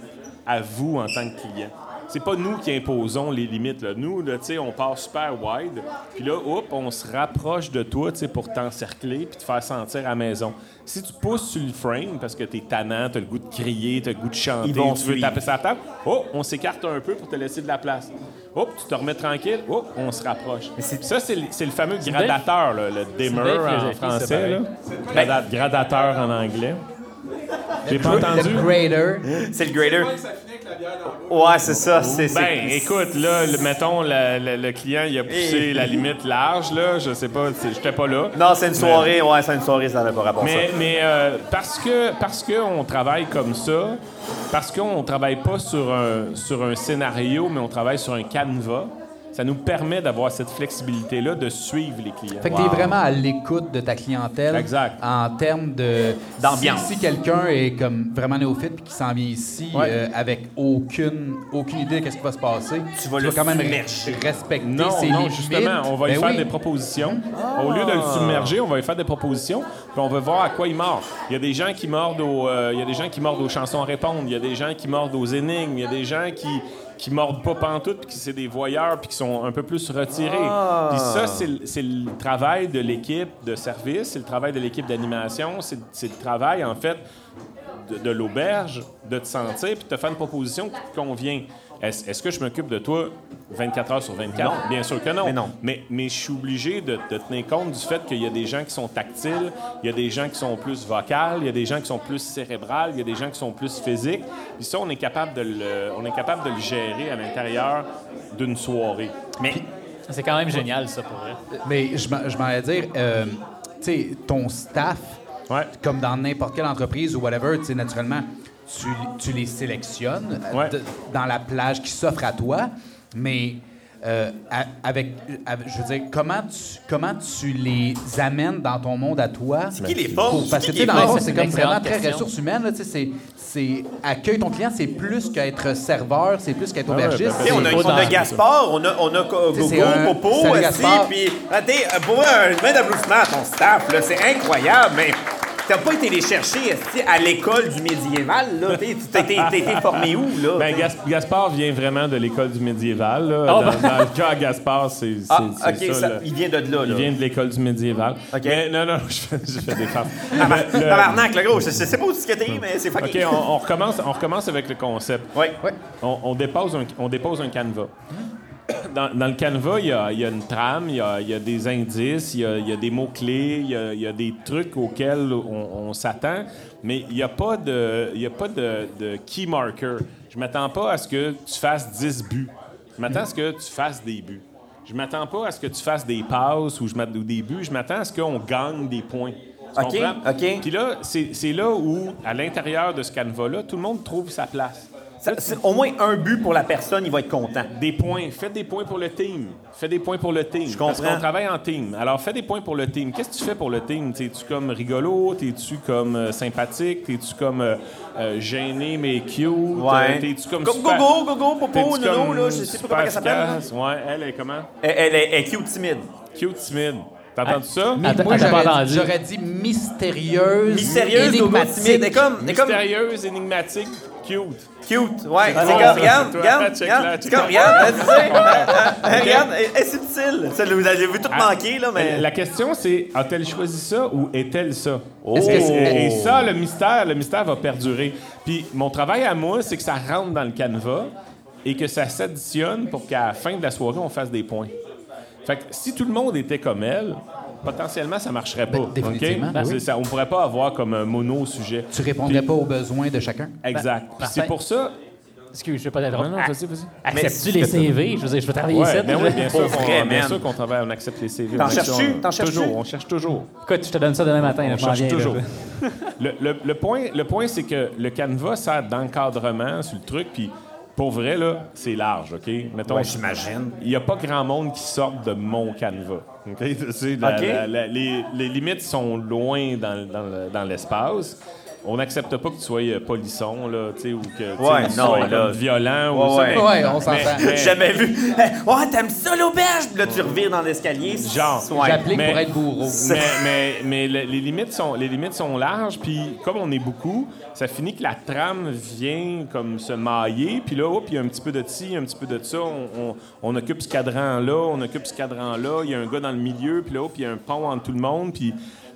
à vous en tant que client. C'est pas nous qui imposons les limites. là. Nous, là, tu sais, on part super wide, puis là, hop, on se rapproche de toi tu sais, pour t'encercler puis te faire sentir à la maison. Si tu pousses sur le frame parce que t'es tannant, t'as le goût de crier, t'as le goût de chanter, Ils vont tu veux suivre. taper sa table, oh, on s'écarte un peu pour te laisser de la place. Hop, tu te remets tranquille, hop, on se rapproche. c'est- Ça, c'est le c'est le fameux gradateur, là, le dimmer belle en philosophie, ça, français. pareil. là. Grada- gradateur en anglais. J'ai pas entendu. Le grader. C'est le grader. Ouais, c'est ça. C'est, c'est- Ben, écoute, là, le- mettons, la- la- le client, il a poussé Et- la limite large, là. Je sais pas, c'est- j'étais pas là. Non, c'est une soirée. Ouais, c'est une soirée, ça n'avait pas rapport à ça. Mais, mais euh, parce que parce qu'on travaille comme ça, parce qu'on travaille pas sur un, sur un scénario, mais on travaille sur un canevas, ça nous permet d'avoir cette flexibilité-là de suivre les clients. Fait que t'es vraiment à l'écoute de ta clientèle. Exact. En termes de. D'ambiance. Si, si quelqu'un est comme vraiment néophyte puis qui s'en vient ici Ouais. euh, avec aucune, aucune idée de qu'est-ce qui va se passer, Tu vas le quand même submerger. respecter Non, ses non, limites. justement, on va lui Ben faire oui. des propositions. Au lieu de le submerger, on va lui faire des propositions, puis on va voir à quoi il mord. Il y a des gens qui mordent aux, euh, il y a des gens qui mordent aux chansons à répondre, il y a des gens qui mordent aux énigmes, il y a des gens qui qui mordent pas pantoute, puis qui c'est des voyeurs, puis qui sont un peu plus retirés. Puis ça, c'est le- c'est le travail de l'équipe de service, c'est le travail de l'équipe d'animation, c'est c'est le travail, en fait, de, de l'auberge, de te sentir, puis de te faire une proposition qui te convient. Est-ce est-ce que je m'occupe de toi 24 heures sur 24? Bien sûr que non. Mais non. Mais, mais je suis obligé de, de tenir compte du fait qu'il y a des gens qui sont tactiles, il y a des gens qui sont plus vocales, il y a des gens qui sont plus cérébrales, il y a des gens qui sont plus physiques. Puis ça, on est capable de le, on est capable de le gérer à l'intérieur d'une soirée. Mais C'est quand même génial, ça, pour vrai. Mais je m'en- je m'en allais dire, euh, tu sais, ton staff, Ouais. comme dans n'importe quelle entreprise ou whatever, tu sais, naturellement, tu, tu les sélectionnes euh, Ouais. de- dans la plage qui s'offre à toi, mais euh, a- avec, avec- je veux dire, comment tu, comment tu les amènes dans ton monde à toi? qui les force? Pour- parce C'est qui que, tu sais, les dans le force? fond, C'est c'est une comme vraiment excellente très question. ressources humaines, là, tu sais, c'est- c'est accueille ton client, c'est plus qu'être serveur, c'est plus qu'être aubergiste. Tu sais, on a, c'est- on a Gaspard, on a, on a Go- Tu sais, Gogo, c'est un- Popo, salut, aussi, Gaspard. puis... Attendez, euh, pour vrai, un main d'applaudissement à ton staff, là, c'est incroyable, mais... T'as pas été les chercher esti, à l'école du médiéval, là. t'es- T'as été- t'as été formé où, là? Ben, Gas- Gaspard vient vraiment de l'école du médiéval. là. Oh, dans, ben- dans le cas, Gaspard, c'est c'est- ah, c'est OK, ça, ça- là. il vient de là, là. Il vient de l'école du médiéval. OK. Mais non, [laughs] non, je fais, je fais des femmes. Tabar- Le- le- Ah, Tabarnak, le gros, je, je sais pas où tu t'es, mais c'est OK, fucking... on, on recommence, on recommence avec le concept. Ouais. Ouais. On, on dépose un, on dépose un canevas. Dans, dans le canevas, il y a, il y a une trame, il y a, il y a des indices, il y a, il y a des mots-clés, il y a, il y a des trucs auxquels on, on s'attend, mais il n'y a pas, de, il y a pas de, de key marker. Je m'attends pas à ce que tu fasses 10 buts. Je m'attends à ce que tu fasses des buts. Je m'attends pas à ce que tu fasses des passes ou, je m'att- ou des buts. Je m'attends à ce qu'on gagne des points. Tu OK, comprends? OK. Puis là, c'est c'est là où, à l'intérieur de ce canevas-là, tout le monde trouve sa place. Ça- c'est au moins un but pour la personne, il va être content. Des points. Faites des points pour le team. Faites des points pour le team. Je Parce comprends. qu'on travaille en team. Alors, fais des points pour le team. Qu'est-ce que tu fais pour le team? T'es-tu comme rigolo? T'es-tu comme euh, sympathique? T'es-tu comme euh, euh, gêné mais cute? Euh, T'es-tu comme Comme super- Gogo, Gogo, Popo, T'es-tu Nono, comme là, je sais pas super comment elle s'appelle. efficace? Ouais, elle est comment? Elle, elle est- elle est cute, timide. Cute, timide. T'as Ah, entendu ça? Mais Attends, moi, attends, j'aurais pas dit- entendu. j'aurais dit mystérieuse, Mystérieuse, Gogo, timide. Elle est comme... Elle est comme... Mystérieuse, énigmatique, Cute. Cute, ouais. C'est bon, comme, ça, regarde, toi. regarde, Check là, regarde, check c'est comme, là. regarde, Ah, tu sais, hein, hein, [laughs] regarde, elle elle est subtile. Celle-là, Vous avez vu tout manquer, là, mais... La question, c'est a-t-elle choisi ça ou est-elle ça? Est-ce que c'est- Et, et ça, le mystère, le mystère va perdurer. Puis mon travail à moi, c'est que ça rentre dans le canevas et que ça s'additionne pour qu'à la fin de la soirée, on fasse des points. Fait que si tout le monde était comme elle, potentiellement, ça marcherait pas. OK? définitivement, ben C'est oui. ça, on pourrait pas avoir comme un mono-sujet. Tu répondrais pas aux besoins de chacun. Exact. Puis c'est parfait. pour ça... Excuse, je vais pas t'interrompre. non, vas-y, vas-y. Acceptes-tu les CV? Je veux dire, je vais travailler Ouais, ici. ben oui, bien Pour sûr, qu'on- vrai, bien man. sûr qu'on travaille, on accepte les CV. T'en on- cherches-tu? on- T'en cherches-tu? Toujours, on cherche toujours. Écoute, je te donne ça demain matin. là, On je m'en cherche viens, là. toujours. [laughs] Le, le- le point, le point c'est que le canevas sert d'encadrement sur le truc, puis pour vrai, là, c'est large, OK? Mettons, Ouais, j'imagine. Il n'y a pas grand monde qui sort de mon canevas. OK? [laughs] Tu sais, la- OK. la- la- les, les limites sont loin dans, dans le- dans l'espace. On n'accepte pas que tu sois euh, polisson, là, tu sais, ou que tu sais, Ouais, tu non, sois là. comme violent. Ouais, ou ça, ouais. mais- Ouais, on s'entend. mais- Jamais vu. [laughs] Hey, Ouais, t'aimes ça, l'auberge? Puis Là, tu revires dans l'escalier. Genre. Ouais. J'applique mais- pour être bourreau. Mais, mais, mais le- les, limites sont, les limites sont larges, puis comme on est beaucoup, ça finit que la trame vient comme se mailler, puis là, oh, puis il y a un petit peu de ci, un petit peu de ça, on, on- on occupe ce cadran-là, on occupe ce cadran-là, il y a un gars dans le milieu, puis là, oh, puis il y a un pont entre tout le monde, puis,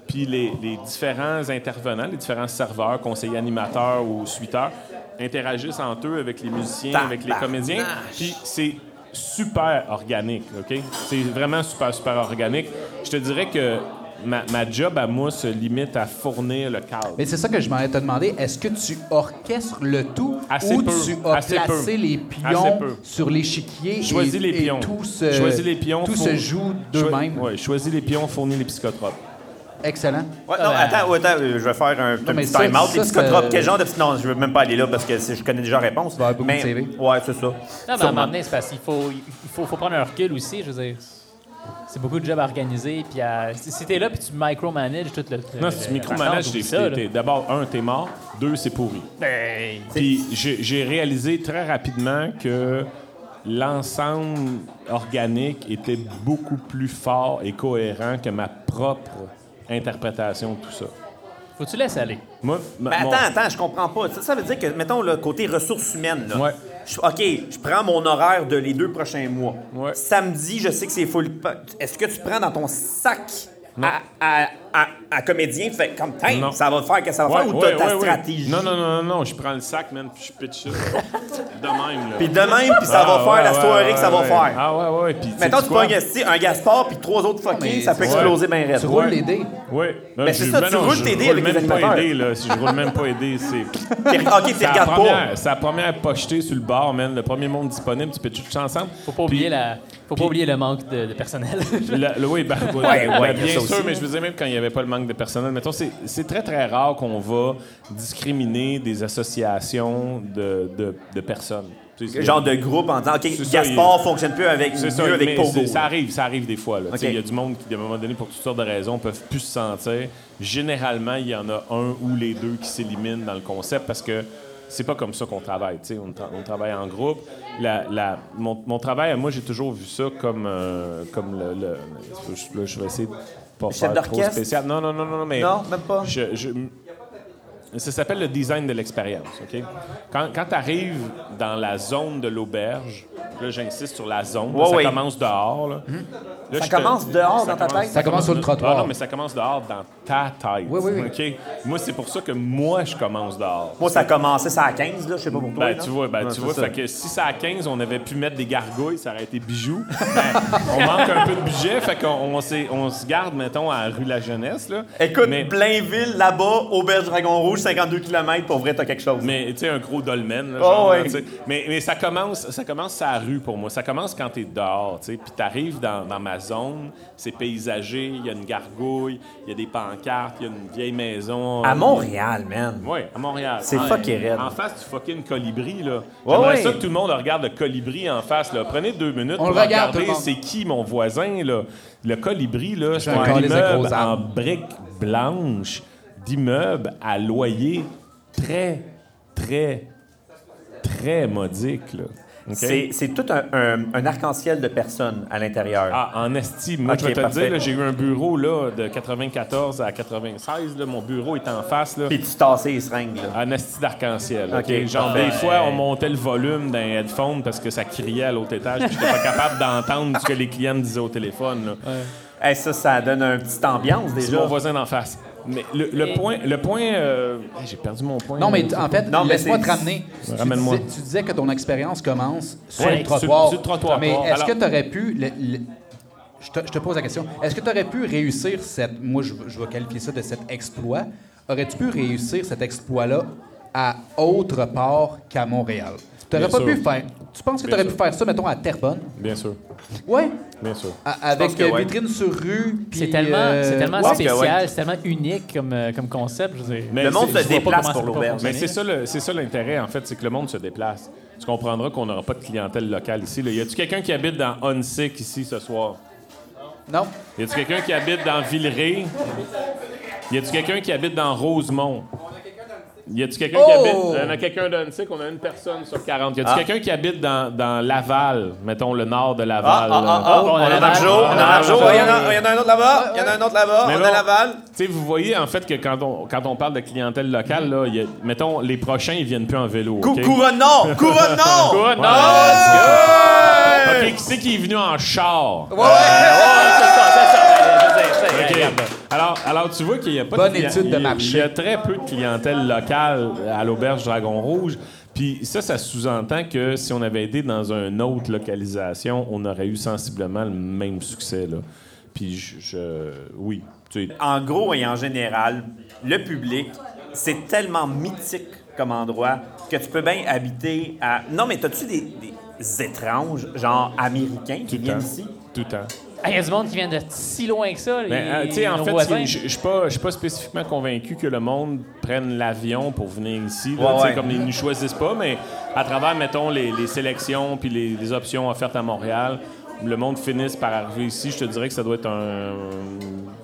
puis les, les différents intervenants, les différents serveurs, conseillers animateurs ou suiteurs, interagissent entre eux avec les musiciens, avec les comédiens, puis c'est super organique, OK? C'est vraiment super, super organique. Je te dirais que ma, ma job à moi se limite à fournir le cadre. Mais c'est ça que je m'allais te demander. Est-ce que tu orchestres le tout Assez ou peu. tu as Assez placé peu. les Assez pions peu. sur l'échiquier Choisis et, les et pions. tout se, Choisis les pions. tout se fourn- joue Choi- d'eux-mêmes? Ouais, choisis les pions, fournis les psychotropes. Excellent. Ouais, non, attends, ouais, attends, euh, je vais faire un mais petit ça, time-out. ça, Les c'est- psychotropes, quel genre de petit... Non, je veux même pas aller là parce que c'est- je connais déjà la réponse. vas avoir beaucoup de mais, CV. Ouais, c'est ça. Non, mais à un Sûrement. moment donné, c'est parce qu'il faut, il faut, faut prendre un recul aussi. Je veux dire, c'est beaucoup de jobs à organiser. Puis à- si si t'es là, puis tu micromanages tout le. Non, le- si tu le- micromanages tout tes ça, là. t'es- D'abord, un, t'es mort. Deux, c'est pourri. Ben, Puis j'ai j'ai réalisé très rapidement que l'ensemble organique était beaucoup plus fort et cohérent que ma propre interprétation de tout ça. faut que tu laisses aller. Moi, ma- Mais mon- Ben, attends, attends, je comprends pas. Ça, ça veut dire que, mettons, le côté ressources humaines, là. Ouais. Je- OK, je prends mon horaire de les deux prochains mois. Ouais. Samedi, je sais que c'est full. pa- Est-ce que tu prends dans ton sac à, à, à, à comédien, tu fais comme, Hey, Non. ça va faire que ça va Ouais, faire, ou ouais, t'as ta ouais, ouais. stratégie? Non, non, non, non, non, je prends le sac, man, puis [laughs] je pitch ça. de même, là. Puis de même, puis ça Ah, va faire la ouais, soirée ouais, que ça va ouais. faire. Ah ouais, ouais, puis tu sais Mettons, tu prends quoi? un, Gasti- un Gaspard, puis trois autres fuckés, mais ça peut tu vois, exploser bien raide. Tu roules Ouais. les dés. Ouais. Non, Mais c'est je- ça, tu non, roules je tes dés roule avec les même pas animateurs. aidé, là. Si je roule même pas [laughs] aidé, c'est... Puis- OK, tu C'est la regardes première- pas. C'est la première pochetée sur le bar, man. Le premier monde disponible, tu peux tout ensemble. Faut pas Puis- oublier la, faut puis- pas oublier le manque de, [laughs] de personnel. La- [laughs] le- oui, ben, oui, Ouais, ben, ouais, il y a bien ça sûr, aussi. mais je vous disais même quand il n'y avait pas le manque de personnel. Mettons, c'est c'est très, très rare qu'on va discriminer des associations de, de, de personnes. Tu sais, c'est- Genre de groupe en disant, OK, C'est ça, Gaspard fonctionne plus avec, C'est mieux ça, mais avec Pogo. c'est- ça arrive, ça arrive des fois. là. Tu sais, Ok. Il y a du monde qui, à un moment donné, pour toutes sortes de raisons, peuvent plus se sentir. Généralement, il y en a un ou les deux qui s'éliminent dans le concept parce que c'est pas comme ça qu'on travaille. tu sais. On, tra- on travaille en groupe. La- la- mon, mon travail, moi, j'ai toujours vu ça comme, euh, comme le, le- je- là, je vais essayer de pas chef faire trop d'orchestre? spécial. Non, non, non, non, non, mais Non, même pas. je- je- ça s'appelle le design de l'expérience. OK? Quand, tu arrives dans la zone de l'auberge, là, j'insiste sur la zone, Ouais, ça ouais. commence dehors. là. Là, Ça je te- commence dehors dans ta tête? Ça commence sur le trottoir. Ah non, mais ça commence dehors dans ta tête. Oui, oui, oui. OK? Moi, c'est pour ça que moi, je commence dehors. Moi, ça a commencé, ça à 15, là, je sais pas pour toi. Ben, là. tu vois, ben, Ouais, tu c'est vois ça. fait que si ça à 15, on avait pu mettre des gargouilles, ça aurait été bijoux. [laughs] Ben, on manque un peu de budget, fait qu'on on s'est- on se garde, mettons, à rue La Jeunesse. Là. Écoute, Mais- Blainville, là-bas, auberge Dragon Rouge, 52 km, pour vrai, t'as quelque chose. Mais tu sais, un gros dolmen. là, Oh, genre, ouais. tu sais. mais, mais ça commence ça commence à la rue pour moi. Ça commence quand t'es dehors, tu sais. Puis t'arrives dans, dans ma zone, c'est paysagé, il y a une gargouille, il y a des pancartes, il y a une vieille maison. À Montréal, man. Oui, à Montréal. C'est Ah, fucké raide. En face du fucking colibri, là. Ouais, J'aimerais ouais. ça que tout le monde regarde le colibri en face, là. Prenez deux minutes On pour le regarde, regarder tout le monde. c'est qui mon voisin, là. Le colibri, là, c'est un un calice de immeuble gros en arbres. briques blanches d'immeubles à loyer très, très, très modique, là. C'est- C'est tout un, un- un arc-en-ciel de personnes à l'intérieur. Ah, en estime. Moi, Ok, je vais te le parfait. dire, là, j'ai eu un bureau là, de 94 à 96. là, mon bureau est en face. Là, Puis tu tassais les seringues, là. en esti d'arc-en-ciel. Ok, ok? Genre, parfait. des fois, on montait le volume d'un headphone parce que ça criait à l'autre étage. puis J'étais pas capable d'entendre ce que les clients me disaient au téléphone. là. Eh, ça, ça donne une petite ambiance, C'est déjà. mon voisin d'en face. Mais le, le point. Le point euh, hey, j'ai perdu mon point. Non, mais Tu- t- en fait, Non, mais laisse-moi c'est- te ramener. Tu Ramène-moi. disais, tu disais que ton expérience commence sur le Ouais, sur- trottoir. sur le trottoir. Mais est-ce Alors- que tu aurais pu. le- le- je, te, je te pose la question. Est-ce que tu aurais pu réussir cette. Moi, je, je vais qualifier ça de cet exploit. Aurais-tu pu réussir cet exploit-là à autre part qu'à Montréal? Tu n'aurais Bien pas sûr. pu faire. Tu penses que tu Bien aurais pu sûr. faire ça, mettons, à Terrebonne? Bien sûr. Ouais. Bien sûr. À- avec pense que euh, ouais. vitrine sur rue. puis, C'est tellement, euh, c'est tellement je pense que spécial, ouais. c'est tellement unique comme, euh, comme concept. Je veux dire. Mais Le monde se c'est- je vois pas déplace comment pour ça peut l'auberge. Mais c'est ça, le- c'est ça l'intérêt, en fait, c'est que le monde se déplace. Tu comprendras qu'on n'aura pas de clientèle locale ici. Là. Y a-tu quelqu'un qui habite dans Onsick ici ce soir? Non. Y a-tu quelqu'un qui habite dans Villeray? Y a-tu quelqu'un qui habite dans Rosemont? Y a-tu quelqu'un qui Oh! habite. On a quelqu'un d'Onsick, on a une personne sur 40. Y a-tu Ah. quelqu'un qui habite dans, dans Laval, mettons le nord de Ah, Laval? ah, ah, là? ah, Oh, on on a a Laval. Marjo, on a Marjo. Marjo. Il y en a- il y en a un autre là-bas, il y en a un autre là-bas, Mais on là, a Laval. Tu sais, vous voyez, en fait, que quand on, quand on parle de clientèle locale, là, y a- mettons, les prochains, ils viennent plus en vélo. Cou- OK? [laughs] Couronnons! Couronnons! Couronnons! Ouais! OK, qui c'est qui est venu en char? Ah, C'est ça, c'est ça. Je veux dire, c'est- OK. regarde. Alors, alors, tu vois qu'il n'y a pas Bonne de clien- étude de il y a- marché. Il y a très peu de clientèle locale à l'auberge Dragon Rouge. Puis ça, ça sous-entend que si on avait été dans une autre localisation, on aurait eu sensiblement le même succès. Là. Puis je, je- oui. Tu sais, En gros et en général, le public, c'est tellement mythique comme endroit que tu peux bien habiter à. Non, mais t'as-tu des, des étranges, genre américains, qui tout le temps. viennent ici? Tout le temps. Ah, Il y a du monde qui vient de si loin que ça. Mais, Ben, les- euh, tu sais, en nos fait, voisins. c'est- je je suis pas, je suis pas spécifiquement convaincu que le monde prenne l'avion pour venir ici. là, Ouais, tu sais, ouais. Comme ils ne choisissent pas, mais à travers, mettons, les, les sélections puis les, les options offertes à Montréal, le monde finisse par arriver ici. Je te dirais que ça doit être un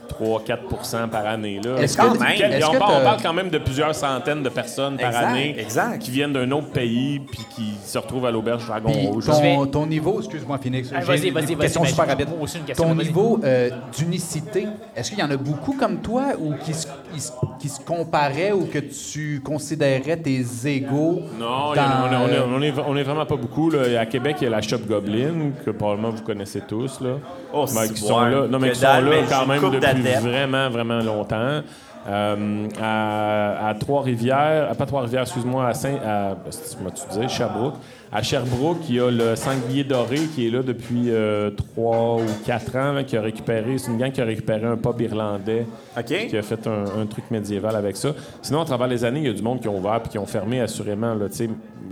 3-4 par année. Là. Est-ce Quand que- même. Quel- est-ce on, que parle, on t'as- parle quand même de plusieurs centaines de personnes par Exact, année exact. qui viennent d'un autre pays puis qui se retrouvent à l'auberge Dragon Puis Rouge. ton, vais- ton niveau, excuse-moi Phoenix, Ah, j'ai vas-y, une vas-y, vas-y, question ben, super j'ai rapide. moi aussi une question, ton vas-y. niveau euh, d'unicité, est-ce qu'il y en a beaucoup comme toi ou qui se, qui se- qui se comparaient ou que tu considérais tes égaux Non, il y en a- dans, on, est, euh, on, est, on est vraiment pas beaucoup. Là. À Québec, il y a la Shop Goblin, que probablement vous connaissez tous. Là. Oh, c'est qui bon. sont là, non, mais Que qui sont dalle, là mais j'ai quand une même coupe depuis d'adeptes. vraiment, vraiment longtemps. Euh, à, à Trois-Rivières, à- pas Trois-Rivières, excuse-moi, à Saint. À, tu dire, Sherbrooke. À Sherbrooke, il y a le sanglier doré qui est là depuis euh, trois ou quatre ans, là, qui a récupéré. C'est une gang qui a récupéré un pub irlandais OK. qui a fait un, un truc médiéval avec ça. Sinon, à travers les années, il y a du monde qui ont ouvert puis qui ont fermé, assurément. Là,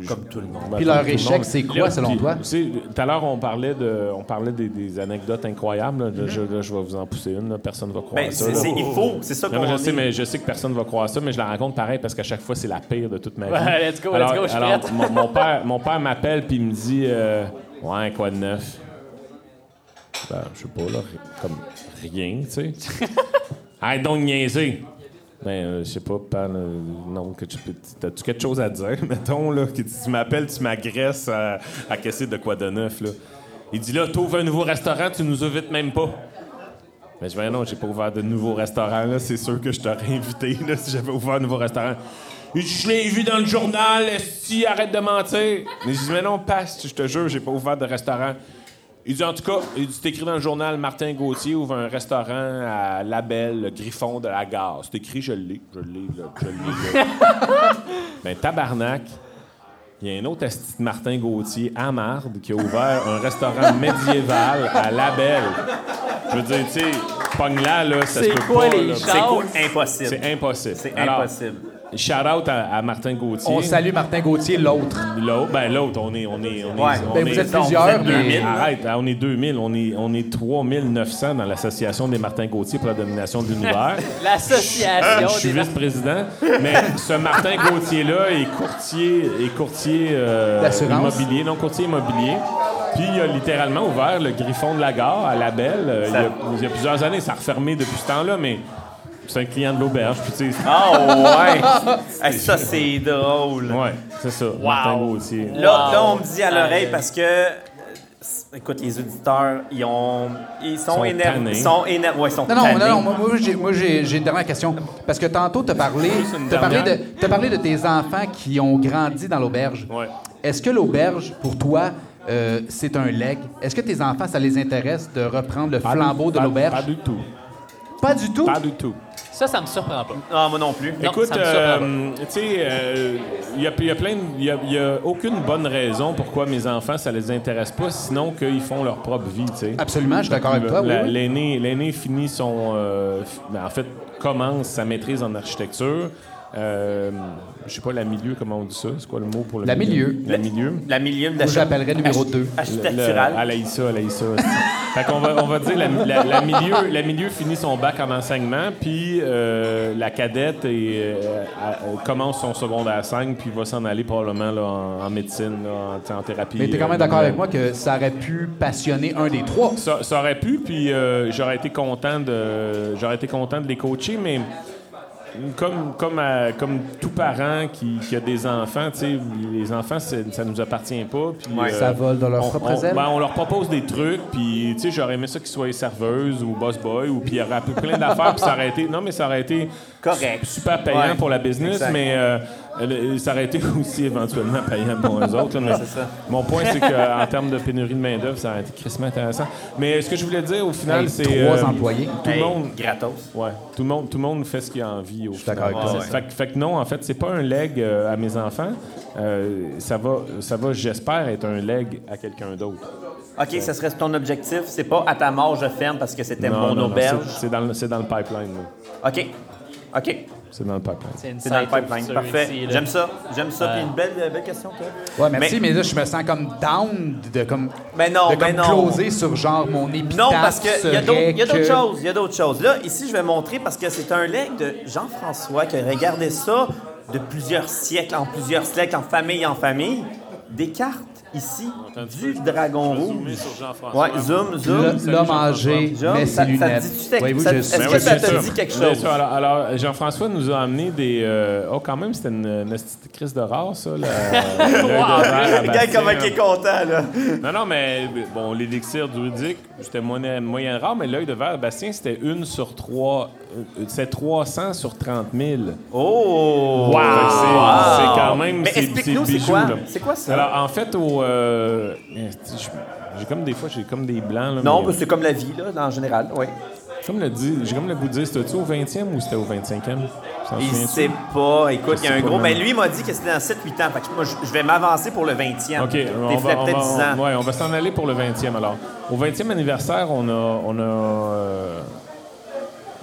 comme tout le monde. Puis leur échec, c'est quoi, selon toi? Tout à l'heure, on parlait, de, on parlait des, des anecdotes incroyables. là. Là, je, là, je vais vous en pousser une. là. Personne ne va croire Ben, ça. c'est- là. c'est- il faut, c'est ça Non, qu'on mais je, sais, est. mais je sais que personne ne va croire ça, mais je la raconte pareil parce qu'à chaque fois, c'est la pire de toute ma vie. Ouais, let's go, let's alors, go, je suis alors, prête. mon, mon père, mon père m'appelle puis il me dit euh, Ouais, quoi de neuf Ben, je sais pas, là, ri- comme rien, [laughs] tu sais. Arrête donc de niaiser Ben, euh, je sais pas, père, là, non, que tu peux- t'as-tu quelque chose à dire, [laughs] mettons, là, que tu m'appelles, tu m'agresses à, à casser de quoi de neuf, là. Il dit là, t'ouvres un nouveau restaurant, tu nous invites même pas. Mais je vais non, j'ai pas ouvert de nouveau restaurant, là. C'est sûr que je t'aurais invité, là, si j'avais ouvert un nouveau restaurant. Il dit, je l'ai vu dans le journal, si arrête de mentir. Mais je dis, mais non, passe, je te jure, j'ai pas ouvert de restaurant. Il dit, en tout cas, il dit, c'est écrit dans le journal, Martin Gauthier ouvre un restaurant à Label, le Griffon de la Gare. C'est écrit, je l'ai, je l'ai, là, je l'ai, là. ben, tabarnak. Il y a un autre esti de Martin Gauthier à Marde qui a ouvert un restaurant [laughs] médiéval à Label. Je veux dire, tu sais, pogne-là, là, ça se C'est peut quoi pas, les là. chances? C'est quoi? Impossible. C'est impossible. C'est Alors, impossible. Shout out à, à Martin Gauthier. On salue Martin Gauthier, l'autre. L'autre, ben, l'autre, on est. On est, on est, Ouais. on Ben, est- vous êtes donc, plusieurs, vous êtes mais- 2000, là. Arrête, hein, on est 2000, on est, on est 3900 dans l'association des Martin Gauthier pour la domination [laughs] de l'univers. Je L'association suis des. vice-président, mais ce Martin Gauthier-là est courtier, est courtier euh, D'assurance. immobilier, non courtier immobilier. Puis il a littéralement euh, ouvert le griffon de la gare à la belle. il, y a, il y a plusieurs années, ça a refermé depuis ce temps-là, mais C'est un client de l'auberge, puis tu sais. Ah [laughs] ouais! Hey, ça, c'est drôle. Ouais, c'est ça. Martin Gauthier. Là, là, on me dit à l'oreille parce que. euh, s- Écoute, les auditeurs, ils, ont, ils sont, Sont énervés. tannés. Ils sont énervés. Ouais, ils sont Non, non, tannés. non, non, moi, moi, j'ai- moi, j'ai j'ai une dernière question. Parce que tantôt, tu as parlé, une t'as parlé, dernière. de, t'as parlé de tes enfants qui ont grandi dans l'auberge. Ouais. Est-ce que l'auberge, pour toi, euh, c'est un leg? Est-ce que tes enfants, ça les intéresse de reprendre le Pas flambeau du- de pas- Pas l'auberge? du tout. Pas du tout. Pas du tout. Ça, ça me surprend pas. Ah, moi non plus. Non, Écoute, ça me surprend euh, tu sais, euh, il y, a, il y a plein, de- il y a, il y a aucune bonne raison pourquoi mes enfants ça les intéresse pas, sinon qu'ils font leur propre vie, tu sais. Absolument, je suis d'accord avec toi. oui, La- oui. L'aîné, l'aîné finit son, euh, f- ben, en fait, commence sa maîtrise en architecture. Euh, je sais pas la milieu, comment on dit ça C'est quoi le mot pour le La milieu. La milieu. La milieu de la Moi, je l'appellerais numéro arch- deux. architecturale. Le- Ah, le- à l'Aïssa, à l'Aïssa. fait qu'on va, on va dire la, la- la milieu, la milieu finit son bac en enseignement, puis euh, la cadette est, euh, à- commence son secondaire 5, puis va s'en aller probablement là, en, en médecine, là, en, tu sais, en thérapie. Mais tu es quand même euh, d'accord manuelle. avec moi que ça aurait pu passionner un des trois. Ça, ça aurait pu, puis euh, j'aurais été content de j'aurais été content de les coacher, mais comme comme à- comme tout parent qui, qui a des enfants, tu sais, les enfants c'est- ça nous appartient pas, puis euh, Ouais. Ça vole dans leurs on- propres on, ailes. ben, on leur propose des trucs, puis tu sais, j'aurais aimé ça qu'ils soient serveuses ou boss boy, ou puis il y aurait plein d'affaires, puis ça aurait été non mais ça aurait été Correct. su- super payant Ouais. pour la business, Exact. mais euh, le- ça aurait été [laughs] aussi éventuellement payant pour eux autres. là, mais c'est ça. Mon point, [laughs] c'est qu'en termes de pénurie de main-d'œuvre, ça aurait été crissement intéressant. Mais ce que je voulais dire au final, Hey, c'est. euh, trois employés. Tout le Hey, monde. Gratos. Ouais, tout le monde, tout le monde fait ce qu'il a envie au Je suis d'accord avec toi. Fait, que- fait que non, en fait, c'est pas un leg euh, à mes enfants. Euh, ça va, ça va j'espère, être un leg à quelqu'un d'autre. OK, ça serait ton objectif. C'est pas à ta mort, je ferme parce que c'était Non, mon non, non, auberge. c'est- C'est dans, le- c'est dans le pipeline. là. OK. OK. C'est dans le pipeline. C'est une C'est dans le site au pipeline. futur Parfait. ici, là. J'aime ça. J'aime ça. Puis une belle, belle question, toi. Ouais, merci, Mais- mais, là, je me sens comme down de comme, Mais non, de comme mais non. closer sur genre mon épitaphe Non, parce qu'il y a d'autres serait il y a d'autres que- choses. Il y a d'autres choses. Là, ici, je vais montrer parce que c'est un leg de Jean-François qui a regardé ça de plusieurs siècles en plusieurs siècles, en famille en famille. Des cartes ici du dragon rouge. Ouais, zoom, zoom. L- L'homme âgé Jean, met ça- ses ça lunettes. dit-tu texte- Voyez-vous, ça- je est-ce suis- que ça te Bien Ben sûr. dit quelque Bien chose? sûr. Alors, alors, Jean-François nous a amené des. euh, oh, quand même, c'était une, une petite crise de rare, ça. [laughs] là. L'œil de verre à Regarde Bastien. comment il est content, là. Non, non, mais bon, l'élixir druidique, c'était moyen, moyen rare, mais l'œil de verre à Bastien, c'était une sur trois. euh, C'est 300 sur 30 000. Oh! Fait que c'est- Wow! C'est quand même. Mais c'est- explique-nous, c'est bijou, quoi? là. C'est quoi ça? Alors, en fait, au. euh, je- j'ai comme des fois, j'ai comme des blancs. Là, non, mais- mais c'est comme la vie, là, en général, oui. Comme le dit, j'ai comme le goût de dire, c'était-tu au 20e ou c'était au 25e? Tu t'en Il souviens-tu? sait pas. Écoute, il y a sais un pas, gros. même. Ben, lui, il m'a dit que c'était dans 7-8 ans. Fait que moi, je je vais m'avancer pour le 20e. OK, Des on va, fois, on peut-être va- 10 ans. ouais, on va s'en aller pour le 20e alors. Au 20e anniversaire, on a. On a euh,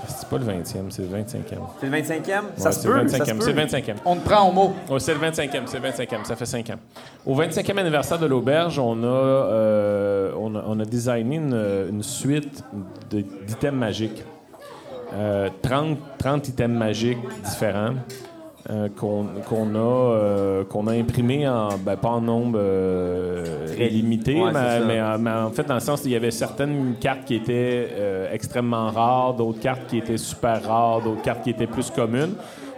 c'est pas le 20e, c'est le 25e. C'est le 25e? Ouais, ça se c'est le peut. ça se 25e, peut. C'est le 25e. On te prend au mot. Oh, c'est le 25e, c'est le 25e, ça fait 5 ans. Au 25e anniversaire de l'auberge, on, a, euh, on a on a designé une, une suite de- d'items magiques. Euh, 30, 30 items magiques différents euh, qu'on qu'on a, euh, qu'on a imprimés en, ben, pas en nombre euh, Très limité, limité, ouais, c'est mais, ça. mais en- Euh, mais en fait, dans le sens, il y avait certaines cartes qui étaient euh, extrêmement rares, d'autres cartes qui étaient super rares, d'autres cartes qui étaient plus communes.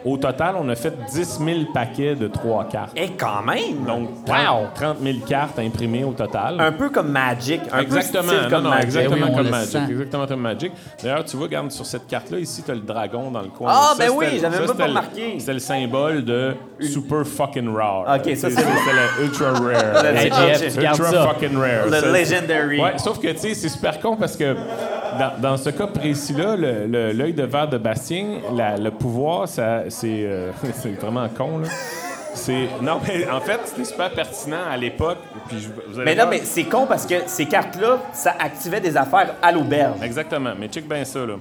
Au total, on a fait 10 000 paquets de trois cartes. Eh, quand même! Donc, wow! 30, 30 000 cartes imprimées au total. Un peu comme Magic. Un Exactement, peu style non, comme non, Magic. exactement Eh oui, on comme le Magic. sent. Exactement comme Magic. D'ailleurs, tu vois, regarde, sur cette carte-là, ici, tu as le dragon dans le coin. Ah, ben c'était- oui, j'avais ça, même pas c'était le- remarqué. C'était le symbole de super fucking rare. Ok, ça, Tu sais, c'est- Ah, C'était le [laughs] ultra rare. Le- Ultra Hey, JF, tu gardes Ultra ça. fucking rare. Le Ça, Legendary. Ouais, sauf que, tu sais, c'est super con parce que dans, dans ce cas précis-là, le- le- l'œil de verre de Bastien, la- le pouvoir, ça, c'est euh, [laughs] c'est vraiment con, là. C'est- Non, mais en fait, c'était super pertinent à l'époque. puis je- vous allez Mais non, voir- mais c'est con parce que ces cartes-là, ça activait des affaires à l'auberge. Exactement, mais check bien ça, là.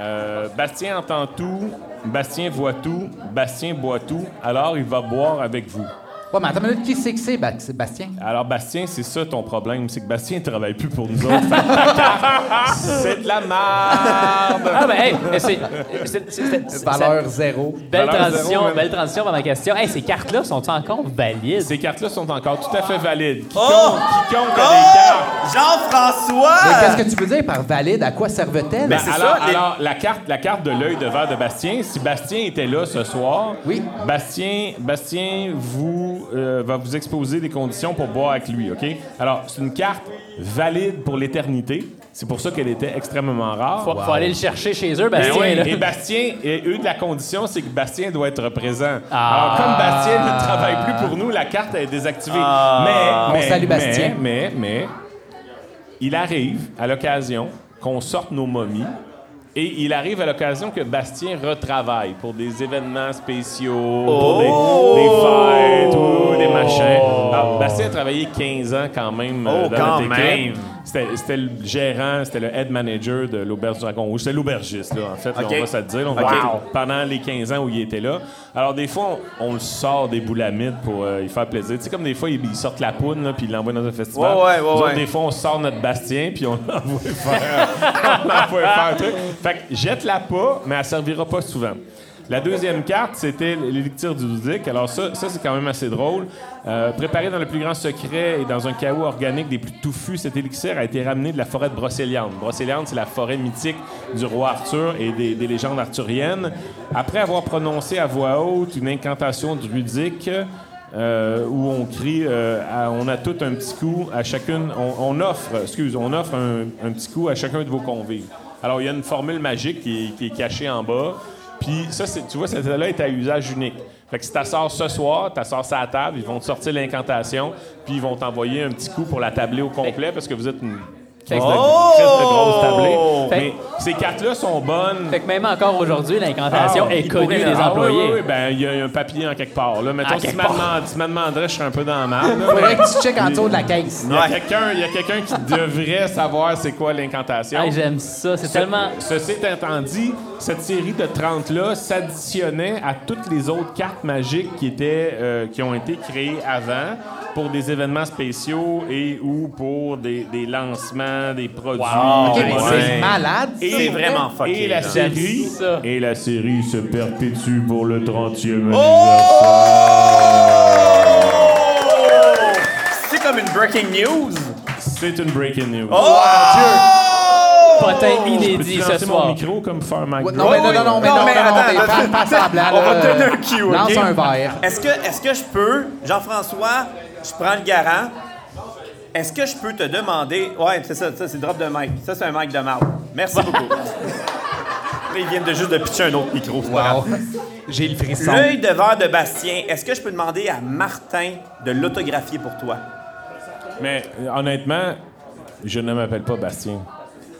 Euh, Bastien entend tout, Bastien voit tout, Bastien boit tout, alors il va boire avec vous. Ouais, mais attends une minute, qui c'est que c'est, Ba- c'est Bastien? Alors, Bastien, c'est ça ton problème, c'est que Bastien ne travaille plus pour nous [laughs] autres. Fait que ta carte, c'est de la merde! Ah, ben, hey, mais c'est. c'est- c'est- c'est- c'est- Valeur zéro. Belle Valeur zéro, transition, même. belle transition par ma question. Hey, ces cartes-là sont encore valides? Ces cartes-là sont encore tout à fait valides. Quiconque, Oh! quiconque Oh! a des cartes. Mais Jean-François! Qu'est-ce que tu veux dire par valide? À quoi servait-elle? Ah! Ben, c'est alors, ça, les- alors, la carte, la carte de l'œil de verre de Bastien, si Bastien était là ce soir, Oui. Bastien, Bastien vous, euh, va vous exposer des conditions pour boire avec lui, OK? Alors, c'est une carte valide pour l'éternité. C'est pour ça qu'elle était extrêmement rare. Faut, faut aller le chercher chez eux, Ben Bastien. oui, là. et Bastien, et une de la condition, c'est que Bastien doit être présent. Ah. Alors, comme Bastien ne travaille plus pour nous, la carte est désactivée. Ah. Mais, On mais, salue Bastien. Mais, mais, mais, il arrive à l'occasion qu'on sorte nos momies. Et il arrive à l'occasion que Bastien retravaille pour des événements spéciaux, pour des, des fêtes ou des machins. Alors, Bastien a travaillé 15 ans quand même euh, Oh, dans quand notre même. équipe. C'était c'était le gérant, c'était le head manager de l'auberge du Dragon Rouge. C'était l'aubergiste, là, en fait, là, OK. on va se le dire. On OK. va dire Pendant les 15 ans où il était là. Alors, des fois, on, on le sort des boulamides pour euh, y faire plaisir. Tu sais, comme des fois, ils, ils sortent la poudre, là, puis ils l'envoient dans un festival. Ouais, ouais, ouais, Nous autres, ouais. Des fois, on sort notre Bastien, puis on [laughs] l'envoie faire, on l'envoie faire un truc. Fait que jette-la pas, mais elle servira pas souvent. La deuxième carte, c'était l'élixir du Dudic. Alors ça, ça c'est quand même assez drôle. Euh, préparé dans le plus grand secret et dans un chaos organique des plus touffus, cet élixir a été ramené de la forêt de Brocéliande. Brocéliande, c'est la forêt mythique du roi Arthur et des, des légendes arthuriennes. Après avoir prononcé à voix haute une incantation druidique, euh, où on crie, euh, à- on a tout un petit coup à chacune, on, on offre, excuse, on offre un, un petit coup à chacun de vos convives. Alors, il y a une formule magique qui est, qui est cachée en bas. Puis ça, c'est- tu vois, cette là est à usage unique. Fait que si t'assors ce soir, t'assors ça à la table, ils vont te sortir l'incantation, puis ils vont t'envoyer un petit coup pour la tabler au complet parce que vous êtes une crise de, Oh! crise de grosse tablée. Fait- Mais ces cartes-là sont bonnes. Fait que même encore aujourd'hui, l'incantation Ah, est il connue pourrait- des ah, employés. oui, oui, oui, ben, il y a un papier en quelque part. Là, mettons, Ah, si quelque tu me part. demandes- si tu me demanderais, je serais un peu dans la merde. là. Faudrait que tu checkes en dessous de la caisse. Il y a Ouais. quelqu'un- il y a quelqu'un qui devrait savoir c'est quoi l'incantation. Ah, J'aime ça, c'est tellement... Ceci étant dit, cette série de 30-là s'additionnait à toutes les autres cartes magiques qui, étaient, euh, qui ont été créées avant pour des événements spéciaux et ou pour des, des lancements, des produits. Wow. Ok, des mais Ouais. C'est malade. ça. C'est vraiment fucké, Et la là. série, J'aime ça. et la série se perpétue pour le 30e Oh! C'est comme une breaking news! anniversaire. C'est une breaking news. Oh! Potin Peux-tu inédit ce lancer soir. mon micro comme faire ma Ouais, Non, mais non, non, non, mais Non, non, non, mais non, attends, t'es attends, pas- pas semblant, on va là. donner un cue, OK? Lance un verre. Est-ce que, est-ce que je peux, Jean-François, je prends le garant, est-ce que je peux te demander... Ouais, c'est ça, ça c'est drop de mic. Ça, c'est un mic de marbre. Merci beaucoup. [laughs] Ils viennent de juste de pitcher un autre micro, c'est pas grave. Wow. J'ai le frisson. L'œil de verre de Bastien, est-ce que je peux demander à Martin de l'autographier pour toi? Mais euh, honnêtement, je ne m'appelle pas Bastien.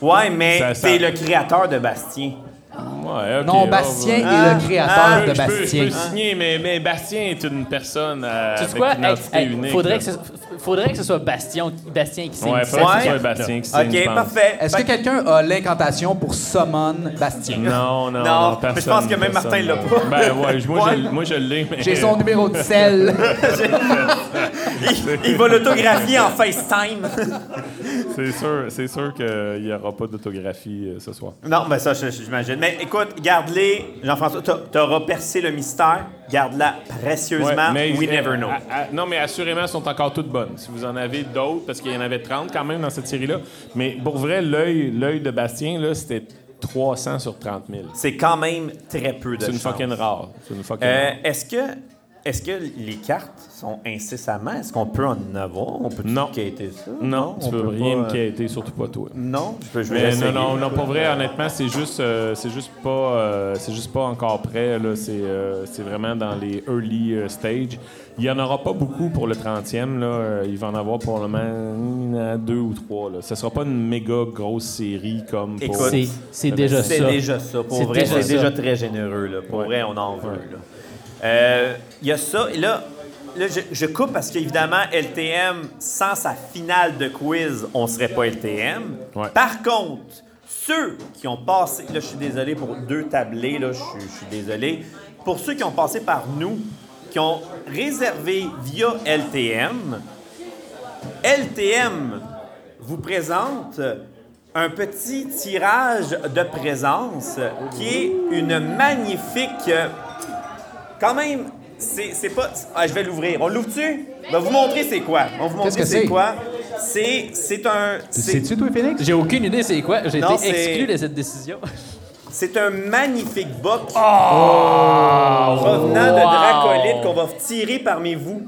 Ouais, mais Ça- ça- t'es le créateur de Bastien. Ouais, ok, Non, oh, Bastien est bah. Ah, le créateur ah, de Je peux- Je Bastien. peux signer, mais, mais Bastien est une personne euh, Tu avec sais quoi? une Hey, entité hey, unique. faudrait, là. que ce, f- faudrait que ce soit Bastien, qui- Bastien qui signe Ouais, cette faudrait que ce soit carte-là. Bastien qui signe, je OK, pense. parfait. Est-ce que Fait- quelqu'un a l'incantation pour summon Bastien? Non, non, non, Non, mais personne, je pense que même personne, Martin l'a non. pas. Ben ouais, je- moi, Ouais. Je, l'ai- moi je l'ai, mais... J'ai son numéro de sel. [laughs] il, il va l'autographier en FaceTime. C'est sûr, c'est sûr qu'il n'y aura pas d'autographie euh, ce soir. Non, mais ça, je- je- j'imagine. Mais écoute, garde-les, Jean-François, t'a- t'auras percé le mystère. Garde-la précieusement. Ouais, mais- We euh, never know. à- à- non, mais assurément, elles sont encore toutes bonnes. Si vous en avez d'autres, parce qu'il y en avait 30 quand même dans cette série-là. Mais pour vrai, l'œil l'œil de Bastien, là, c'était 300 sur 30 000. C'est quand même très peu de C'est une chance. fucking rare. C'est une fucking Euh, rare. est-ce que est-ce que les cartes sont incessamment? Est-ce qu'on peut en avoir? On peut Non. quitter ça? Non, on tu peux peut rien pas, euh, me quitter, surtout pas toi. Non, je peux je vais Mais essayer. non, non, non, pour vrai, honnêtement, c'est juste, euh, c'est juste pas, euh, c'est juste pas encore prêt. Là, c'est, euh, c'est vraiment dans les early euh, stage. Il y en aura pas beaucoup pour le 30e. Là, Euh, il va en avoir probablement euh, deux ou trois. Là. Ça sera pas une méga grosse série comme pour. Écoute, C'est- C'est déjà C'est ça. déjà ça. Pour C'est vrai, déjà c'est ça. déjà très généreux. Là. Pour vrai, on en veut. là. Euh, Il y a ça. Et là, là je, je coupe parce qu'évidemment, LTM, sans sa finale de quiz, on serait pas LTM. Ouais. Par contre, ceux qui ont passé... Là, je suis désolé pour deux tablés. Là, je, suis- je suis désolé. Pour ceux qui ont passé par nous, qui ont réservé via LTM. LTM vous présente un petit tirage de présence qui est une magnifique. Quand même, c'est c'est pas. Ah, je vais l'ouvrir. On l'ouvre-tu? On va vous montrer c'est quoi. On va vous Qu'est-ce montrer que c'est c'est? quoi. C'est c'est un. c'est- Sais-tu, toi, Phoenix? J'ai aucune idée c'est quoi. J'ai Non, été c'est- exclu de cette décision. C'est un magnifique boc Oh! provenant de Wow! Dracolite qu'on va tirer parmi vous.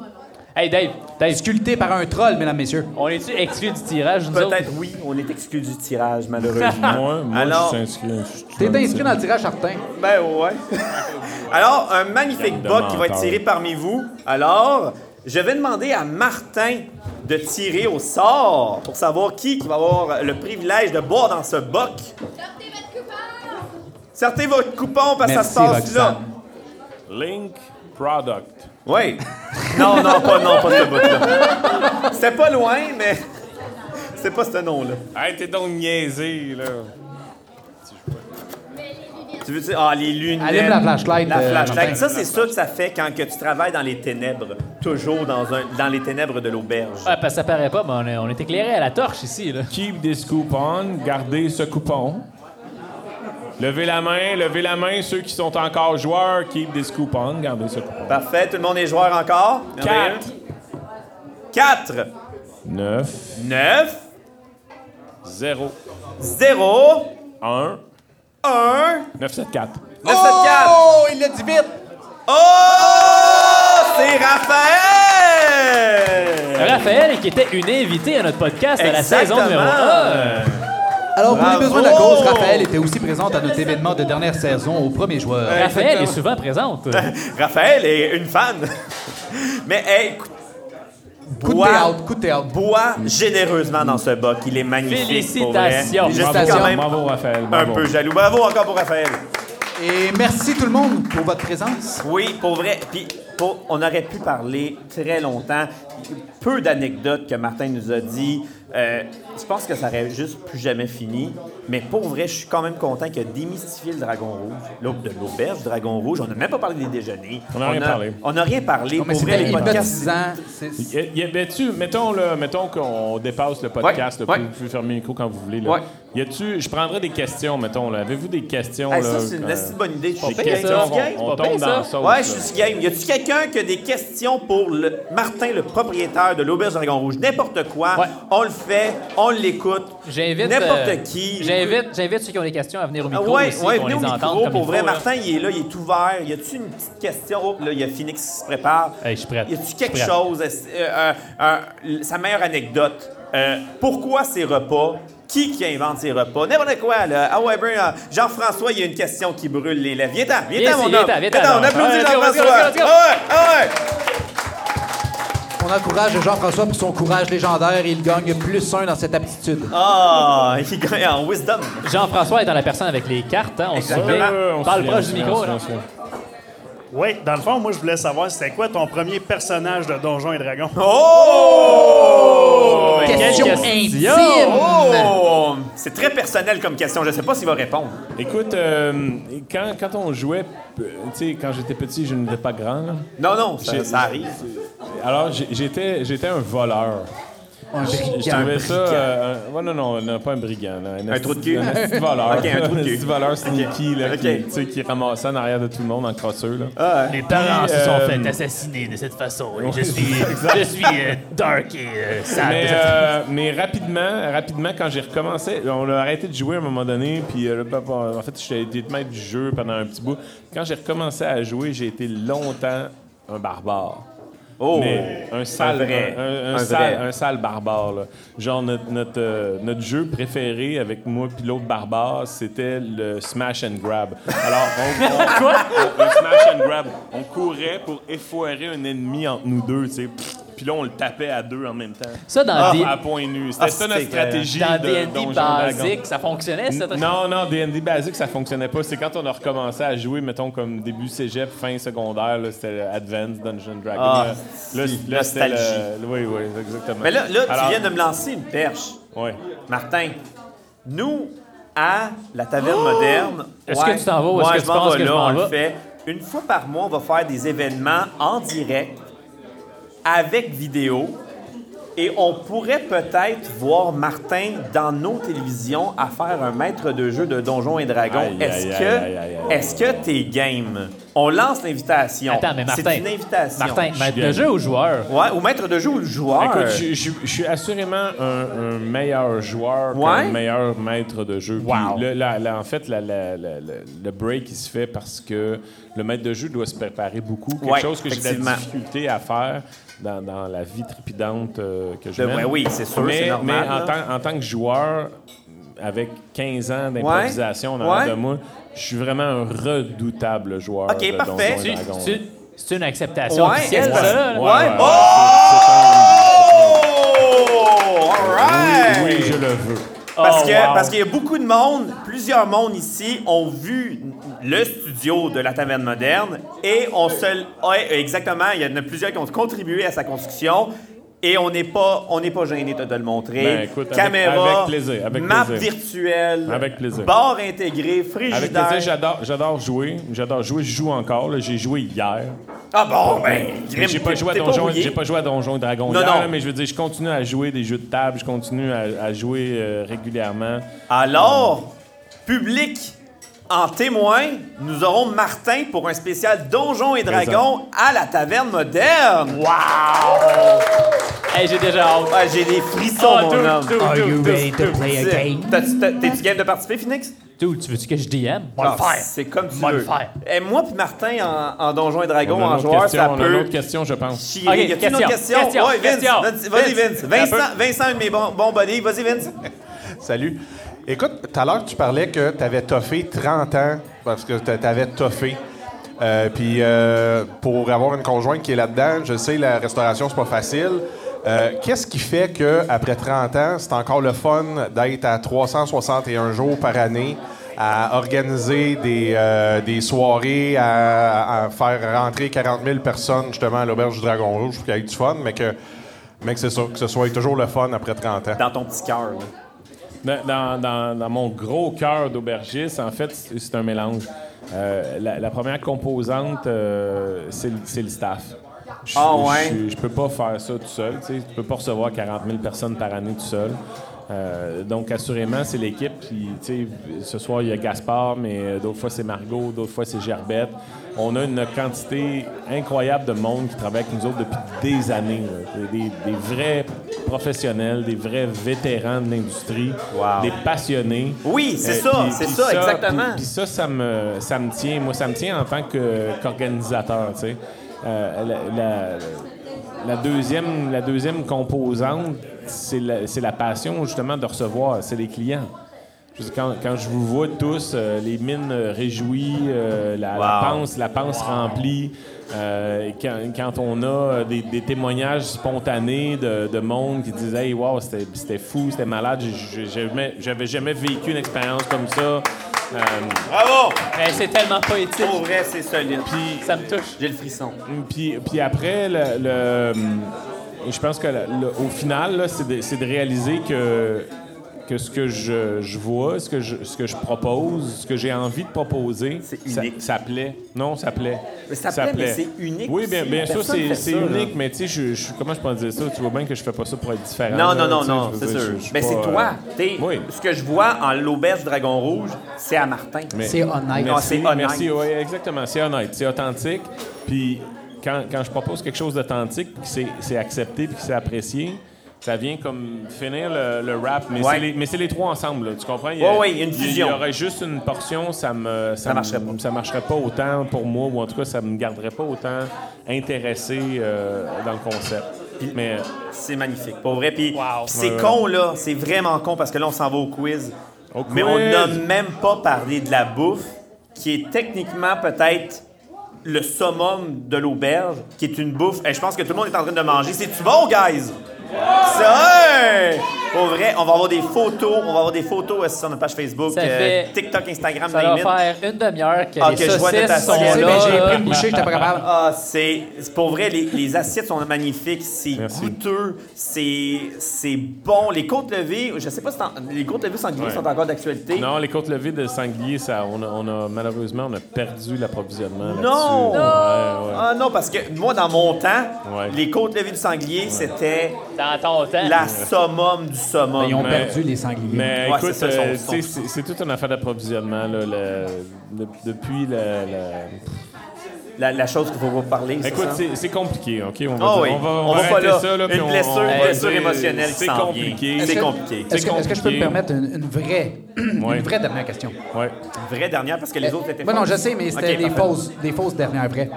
hey Dave, Dave, Sculpté par un troll, mesdames, messieurs. on est-tu exclu du tirage, nous autres? Peut-être oui, on est exclu du tirage malheureusement. [laughs] Moi, moi, Ah! Alors- je suis inscrit. T'es inscrit dans le tirage certain. ben ouais. [laughs] Alors, un magnifique Gang de boc qui va être menteurs. tiré parmi vous. Alors, je vais demander à Martin de tirer au sort pour savoir qui, qui va avoir le privilège de boire dans ce boc. Sortez votre coupon parce que ça Merci, se passe là. Roxane. Link Product. Oui. Non, non, pas, non, pas ce bout-là. C'était pas loin, mais c'est pas ce nom-là. Hey, t'es donc niaisé, là. Tu veux dire, ah, les lunettes. Allume la flashlight, La euh, flashlight. Martin. Ça, c'est ça que ça fait quand que tu travailles dans les ténèbres. Toujours dans, un, dans les ténèbres de l'auberge. Ouais, Ah, parce que ça paraît pas, mais on est, on est éclairé à la torche ici. Là. Keep this coupon. Gardez ce coupon. Levez la main, levez la main, ceux qui sont encore joueurs, keep this coupon, gardez ce coupon. Parfait. Tout le monde est joueur encore? Quatre. 4, 9, 9, 0, 0, 1, 1, 9, 7, 4. 9, 7, 4. Oh, il l'a dit vite! Oh! C'est Raphaël! Raphaël, qui était une invitée à notre podcast à la saison numéro 1. Alors, pour Bravo! les besoins de la cause, Raphaël était aussi présente à notre événement de dernière saison au premier joueur. Raphaël est Exactement. souvent présente. Raphaël est une fan. [laughs] Mais hey, écoute, Coup de bois- théâtre, coup de théâtre. bois généreusement dans ce boc. Il est magnifique. pour vrai. Félicitations. Je suis Félicitations. quand même Bravo, Raphaël. un Bravo. peu jaloux. Bravo encore pour Raphaël. Et merci tout le monde pour votre présence. Oui, pour vrai. Puis pour- on aurait pu parler très longtemps. Peu d'anecdotes que Martin nous a dit. Euh, je pense que ça aurait juste plus jamais fini. Mais pour vrai, je suis quand même content qu'il a démystifié le Dragon Rouge, l'aube de l'auberge Dragon Rouge. On n'a même pas parlé des déjeuners. On n'a rien parlé. On n'a rien parlé. Non, mais pour vrai, c'était les podcasts. hypnotisant. C'est- c'est- Y a- Y avait-tu, mettons, là, mettons qu'on dépasse le podcast, Ouais, là, ouais. vous pouvez fermer le micro quand vous voulez. Là. Ouais. Y a-tu, je prendrais des questions, mettons, là. Avez-vous des questions, Hey, là? Ah, ça, c'est une euh, assez bonne idée. Je suis des game, questions, ça. on- Je suis game. on, pas pire, tombe dans la ça. sauce, Ouais, là. je suis game. Y a-tu quelqu'un qui a des questions pour le Martin, le propriétaire de l'Auberge Dragon Rouge? N'importe quoi. Ouais. On le fait, on l'écoute. [laughs] J'invite N'importe euh, qui. J'invite, j'invite ceux qui ont des questions à venir au Ah, micro ouais, aussi, ouais, qu'on venez au les entende micro. comme Pour il vrai, faut, là. Martin, il est là, il est ouvert. Y a-tu une petite question? Oh, là, il y a Phoenix qui se prépare. Hey, je suis prête. Y a-tu Je quelque suis prête. chose? est-ce- euh, euh, euh, sa meilleure anecdote. Euh, pourquoi ces repas? Qui qui invente ces repas? N'importe quoi, là. Ah ouais, ben, euh, Jean-François, il y a une question qui brûle les lèvres. Viens-t'en, Viens viens-t'en, mon ici, homme. viens-t'en, viens-t'en, Viens-t'en, on donc. applaudit Allez, let's go, let's go, Jean-François. let's go. Ah ouais, ah ouais. On encourage Jean-François pour son courage légendaire et il gagne plus un dans cette aptitude. Ah, il gagne en wisdom. Jean-François étant la personne avec les cartes, hein, on se Exactement. souvient. Euh, on se Parle souvient, proche on se du souvient, micro. on se là. souvient, on se Oui, dans le fond, moi, je voulais savoir, c'était quoi ton premier personnage de Donjons et Dragons? Oh! Quelle Question question! intime! Oh! C'est très personnel comme question. Je sais pas s'il va répondre. souvient. Écoute, euh, quand, quand on jouait, euh, tu sais, quand j'étais petit, je n'étais pas grand, là. Non, non, ça, J'ai- ça arrive. Alors, j'ai- j'étais, j'étais un voleur. Un Je brigand. trouvais ça. euh, un- ouais, non, non, non, pas un brigand. là, Un trou de cul? Un esti voleur. [laughs] Ok, un trou de cul. esti voleur sneaky, là, qui- Ok. Ah. tu sais, qui ramassait en arrière de tout le monde en crosseux, là. Mes parents se sont euh, fait assassiner de cette façon. et je suis, [laughs] je suis euh, dark et euh, sale. Mais, de cette euh, mais rapidement, rapidement, quand j'ai recommencé, on a arrêté de jouer à un moment donné, puis euh, là, en fait, j'étais été maître du jeu pendant un petit bout. Quand j'ai recommencé à jouer, j'ai été longtemps un barbare. Oh! Mais un sale, Un vrai. un, un- un Un sale, vrai. un sale barbare. là. Genre, notre, notre, euh, notre jeu préféré avec moi puis l'autre barbare, c'était le smash and grab. Alors, [laughs] on, on- on- le smash and grab, on courait pour effoirer un ennemi entre nous deux, tu sais. Puis là, on le tapait à deux en même temps. Ça, dans Ah, D- à point nu. C'était Ah, ça notre c'était- stratégie Dans de D&D Donjon basique, ça fonctionnait, ça? Dragon. Non, non, D&D basique, ça fonctionnait pas. C'est quand on a recommencé à jouer, mettons, comme début cégep, fin secondaire, là, c'était le Advanced Dungeon Dragon. Ah, là. là, si, là, c'était le- nostalgie. Oui, oui, exactement. Mais là, là Alors, tu viens de me lancer une perche. ouais. Martin, nous, à la taverne moderne. Est-ce que tu t'en vas ou ouais, Oh! est-ce que je tu m'en penses vais que je là, m'en on le vais? fait. une fois par mois, on va faire des événements en direct avec vidéo. Et on pourrait peut-être voir Martin dans nos télévisions à faire un maître de jeu de Donjons et Dragons. Aïe, Est-ce aïe, aïe, aïe, aïe, que aïe. est-ce que t'es game? On lance l'invitation. Attends, mais Martin. C'est une invitation. Martin, maître de gagne. jeu ou joueur? Ouais, ou maître de jeu ou le joueur. Écoute, je, je- je suis assurément un, un meilleur joueur Ouais? qu'un meilleur maître de jeu. Puis Wow. le- la- la- en fait, la- la- la- la- le break, il se fait parce que le maître de jeu doit se préparer beaucoup. Quelque Ouais, chose que j'ai de effectivement. la difficulté à faire dans, dans la vie trépidante euh, que je De- mène. ouais, oui, c'est sûr, Mais- c'est normal, Mais en là. tant, en tant que joueur, avec 15 ans d'improvisation en arrière Ouais. de moi, je suis vraiment un redoutable joueur Ok, de parfait. Donjons et C'est- Dragons. c'est- C'est une acceptation Ouais, officielle, est-ce ça. que- là? Ouais. Oh! Oh! All right! Ah Oui, oui, je le veux. Parce Oh, que- wow. parce qu'il y a beaucoup de monde, plusieurs mondes ici ont vu le studio de la Taverne Moderne et on se. l- ouais, exactement, il y en a plusieurs qui ont contribué à sa construction. Et on n'est pas, on n'est pas gêné de te le montrer. Ben, écoute, avec- Caméra, avec plaisir, avec map plaisir. virtuelle, Avec plaisir. bar intégré, frigidaire. Avec plaisir, j'adore, j'adore jouer. J'adore jouer. Je joue encore. là. J'ai joué hier. ah bon, ben, Grim, j'ai pas t'es- joué à t'es Donjon. rouillé. J'ai pas joué à Donjon et Dragon Non, hier, non. là, mais je veux dire, je continue à jouer des jeux de table. Je continue à, à jouer euh, régulièrement. Alors, public en témoin, nous aurons Martin pour un spécial Donjons et Dragons à la Taverne Moderne. Hey, j'ai déjà hâte. Ouais, j'ai des frissons, Oh, Ah, mon dude, homme. dude, Are you dude, ready to dude, play a game? T'as-tu- t'as- T'es-tu game de participer, Phoenix? dude. Dude, tu veux-tu que je DM? On le Ah, faire. C'est comme tu Va le veux. faire. Et moi puis Martin en, en Donjons et Dragons, on en a une autre joueur, question, ça on a une peut autre question, je pense. chier. Ok, y a-t-il une autre question? question, question, Ouais, Vince, question. Vince, vas-y, Vince. Vincent, Vincent, un de mes bons, bons buddies. Vas-y, Vince. Salut. Écoute, tout à l'heure, tu parlais que tu avais toffé 30 ans parce que tu avais toffé. Euh, Puis euh, pour avoir une conjointe qui est là-dedans, je sais, la restauration, c'est pas facile. Euh, Qu'est-ce qui fait que après 30 ans, c'est encore le fun d'être à 361 jours par année à organiser des, euh, des soirées, à, à faire rentrer 40 000 personnes justement à l'auberge du Dragon Rouge pour qu'il y ait du fun, mais que, mais que c'est ça, que ce soit toujours le fun après 30 ans? Dans ton petit cœur. là. Dans, dans- dans- dans mon gros cœur d'aubergiste, en fait, c'est c'est un mélange. Euh, la, la première composante, euh, c'est le- c'est le staff. Je- Ah ouais? je- Je peux pas faire ça tout seul. Tu sais, tu peux pas recevoir 40 000 personnes par année tout seul. Euh, donc, assurément, c'est l'équipe. Puis, tu sais, ce soir, il y a Gaspard, mais euh, d'autres fois, c'est Margot, d'autres fois, c'est Gerbette. On a une quantité incroyable de monde qui travaille avec nous autres depuis des années. là. Des, des- des vrais professionnels, des vrais vétérans de l'industrie, Wow. des passionnés. Oui, c'est ça, Euh, puis- c'est puis ça, exactement. puis- puis ça, ça me, ça me tient. Moi, ça me tient en tant que- qu'organisateur, tu sais. Euh, la, la- la deuxième, la deuxième composante, c'est la, c'est la passion, justement, de recevoir. C'est les clients. Je veux dire, Quand, quand je vous vois tous, euh, les mines euh, réjouies, euh, la, la Wow. panse, la panse remplie, euh, et quand, quand on a euh, des, des témoignages spontanés de, de monde qui disent Hey, wow, c'était c'était fou, c'était malade, j'ai- j'ai jamais- j'avais jamais vécu une expérience comme ça. Euh, Bravo! Hey, c'est tellement poétique. Pour vrai, c'est solide. Ça me touche. J'ai le frisson. Puis, puis après, le, le- je pense que le- le- au final, là, c'est de, c'est de réaliser que, que ce que je, je vois, ce que je, ce que je propose, ce que j'ai envie de proposer, C'est ça, unique. ça plaît. Non, ça plaît. Mais ça plaît, mais c'est unique Oui, bien, aussi. bien sûr, Personne fait c'est c'est ça, là. unique, mais tu sais, je, je- comment je peux dire ça? Tu vois bien que je fais pas ça pour être différent. Non, là, non, non, tu sais, non, je veux c'est dire, sûr. je- je suis Mais pas, c'est euh, toi. T'es- Oui. Ce que je vois en l'auberge Dragon Rouge, c'est à Martin. Mais- C'est honnête. Non, Merci, Ah, c'est honnête. merci, oui, exactement. C'est honnête, c'est authentique. Puis quand, quand je propose quelque chose d'authentique, puis que c'est- c'est accepté, puis que c'est apprécié, ça vient comme finir le, le rap. Mais Ouais. c'est les- mais c'est les, trois ensemble, là, tu comprends? Il y Ouais, ouais, il y a une fusion. Il y aurait juste une portion, ça me ça, me- marcherait pas. Ça marcherait pas autant pour moi, ou en tout cas, ça me garderait pas autant intéressé euh, dans le concept. Mais euh, C'est magnifique, pour vrai. Puis puis c'est Ouais, ouais. con, là. C'est vraiment con parce que là, on s'en va au quiz. Au Mais quiz! on n'a même pas parlé de la bouffe, qui est techniquement peut-être le summum de l'auberge, qui est une bouffe. Et je pense que tout le monde est en train de manger. C'est-tu bon, guys? C'est- hey! Pour vrai, on va avoir des photos. On va avoir des photos euh, sur notre page Facebook, Ça euh, fait- TikTok, Instagram, Ça va name it. faire une demi-heure que Ah, les que je vois de ta Ben, saucisses sont sauce. là. euh, C'est, mais j'ai là. pris une bouchée, j'étais pas capable. Ah, c'est c'est pour vrai, les, les assiettes sont magnifiques, c'est Merci. goûteux, c'est c'est bon. Les côtes levées, je sais pas si t'en- les côtes levées sangliers Ouais. sont encore d'actualité. Non, les côtes levées de sanglier, ça, on, a, on a- malheureusement on a perdu l'approvisionnement. Non! là-dessus. Ouais, ouais. Ah non, parce que moi, dans mon temps, Ouais. les côtes levées du sanglier, c'était Dans ton temps. la summum du summum. Ils ont Mais- perdu les sangliers. Mais Ouais, écoute, c'est ça, son- euh, son- tu sais, c'est c'est toute une affaire d'approvisionnement là, le- de- depuis la- la, La, la chose qu'il faut vous parler, c'est Écoute, ça? c'est- c'est compliqué, OK? On va, Ah dire- oui. on va, On va pas arrêter là. ça, là, Une puis on- blessure- on va une blessure dire- émotionnelle qui C'est s'en vient. compliqué. C'est Est-ce que- compliqué. Est-ce C'est que, est-ce que je peux compliqué. me permettre une, une vraie, Ouais. une vraie dernière question? Ouais. Vraie dernière, parce que les autres étaient Ben non, fausses. je sais, mais c'était Ok, des, parfait. fausses, des fausses dernières vraies.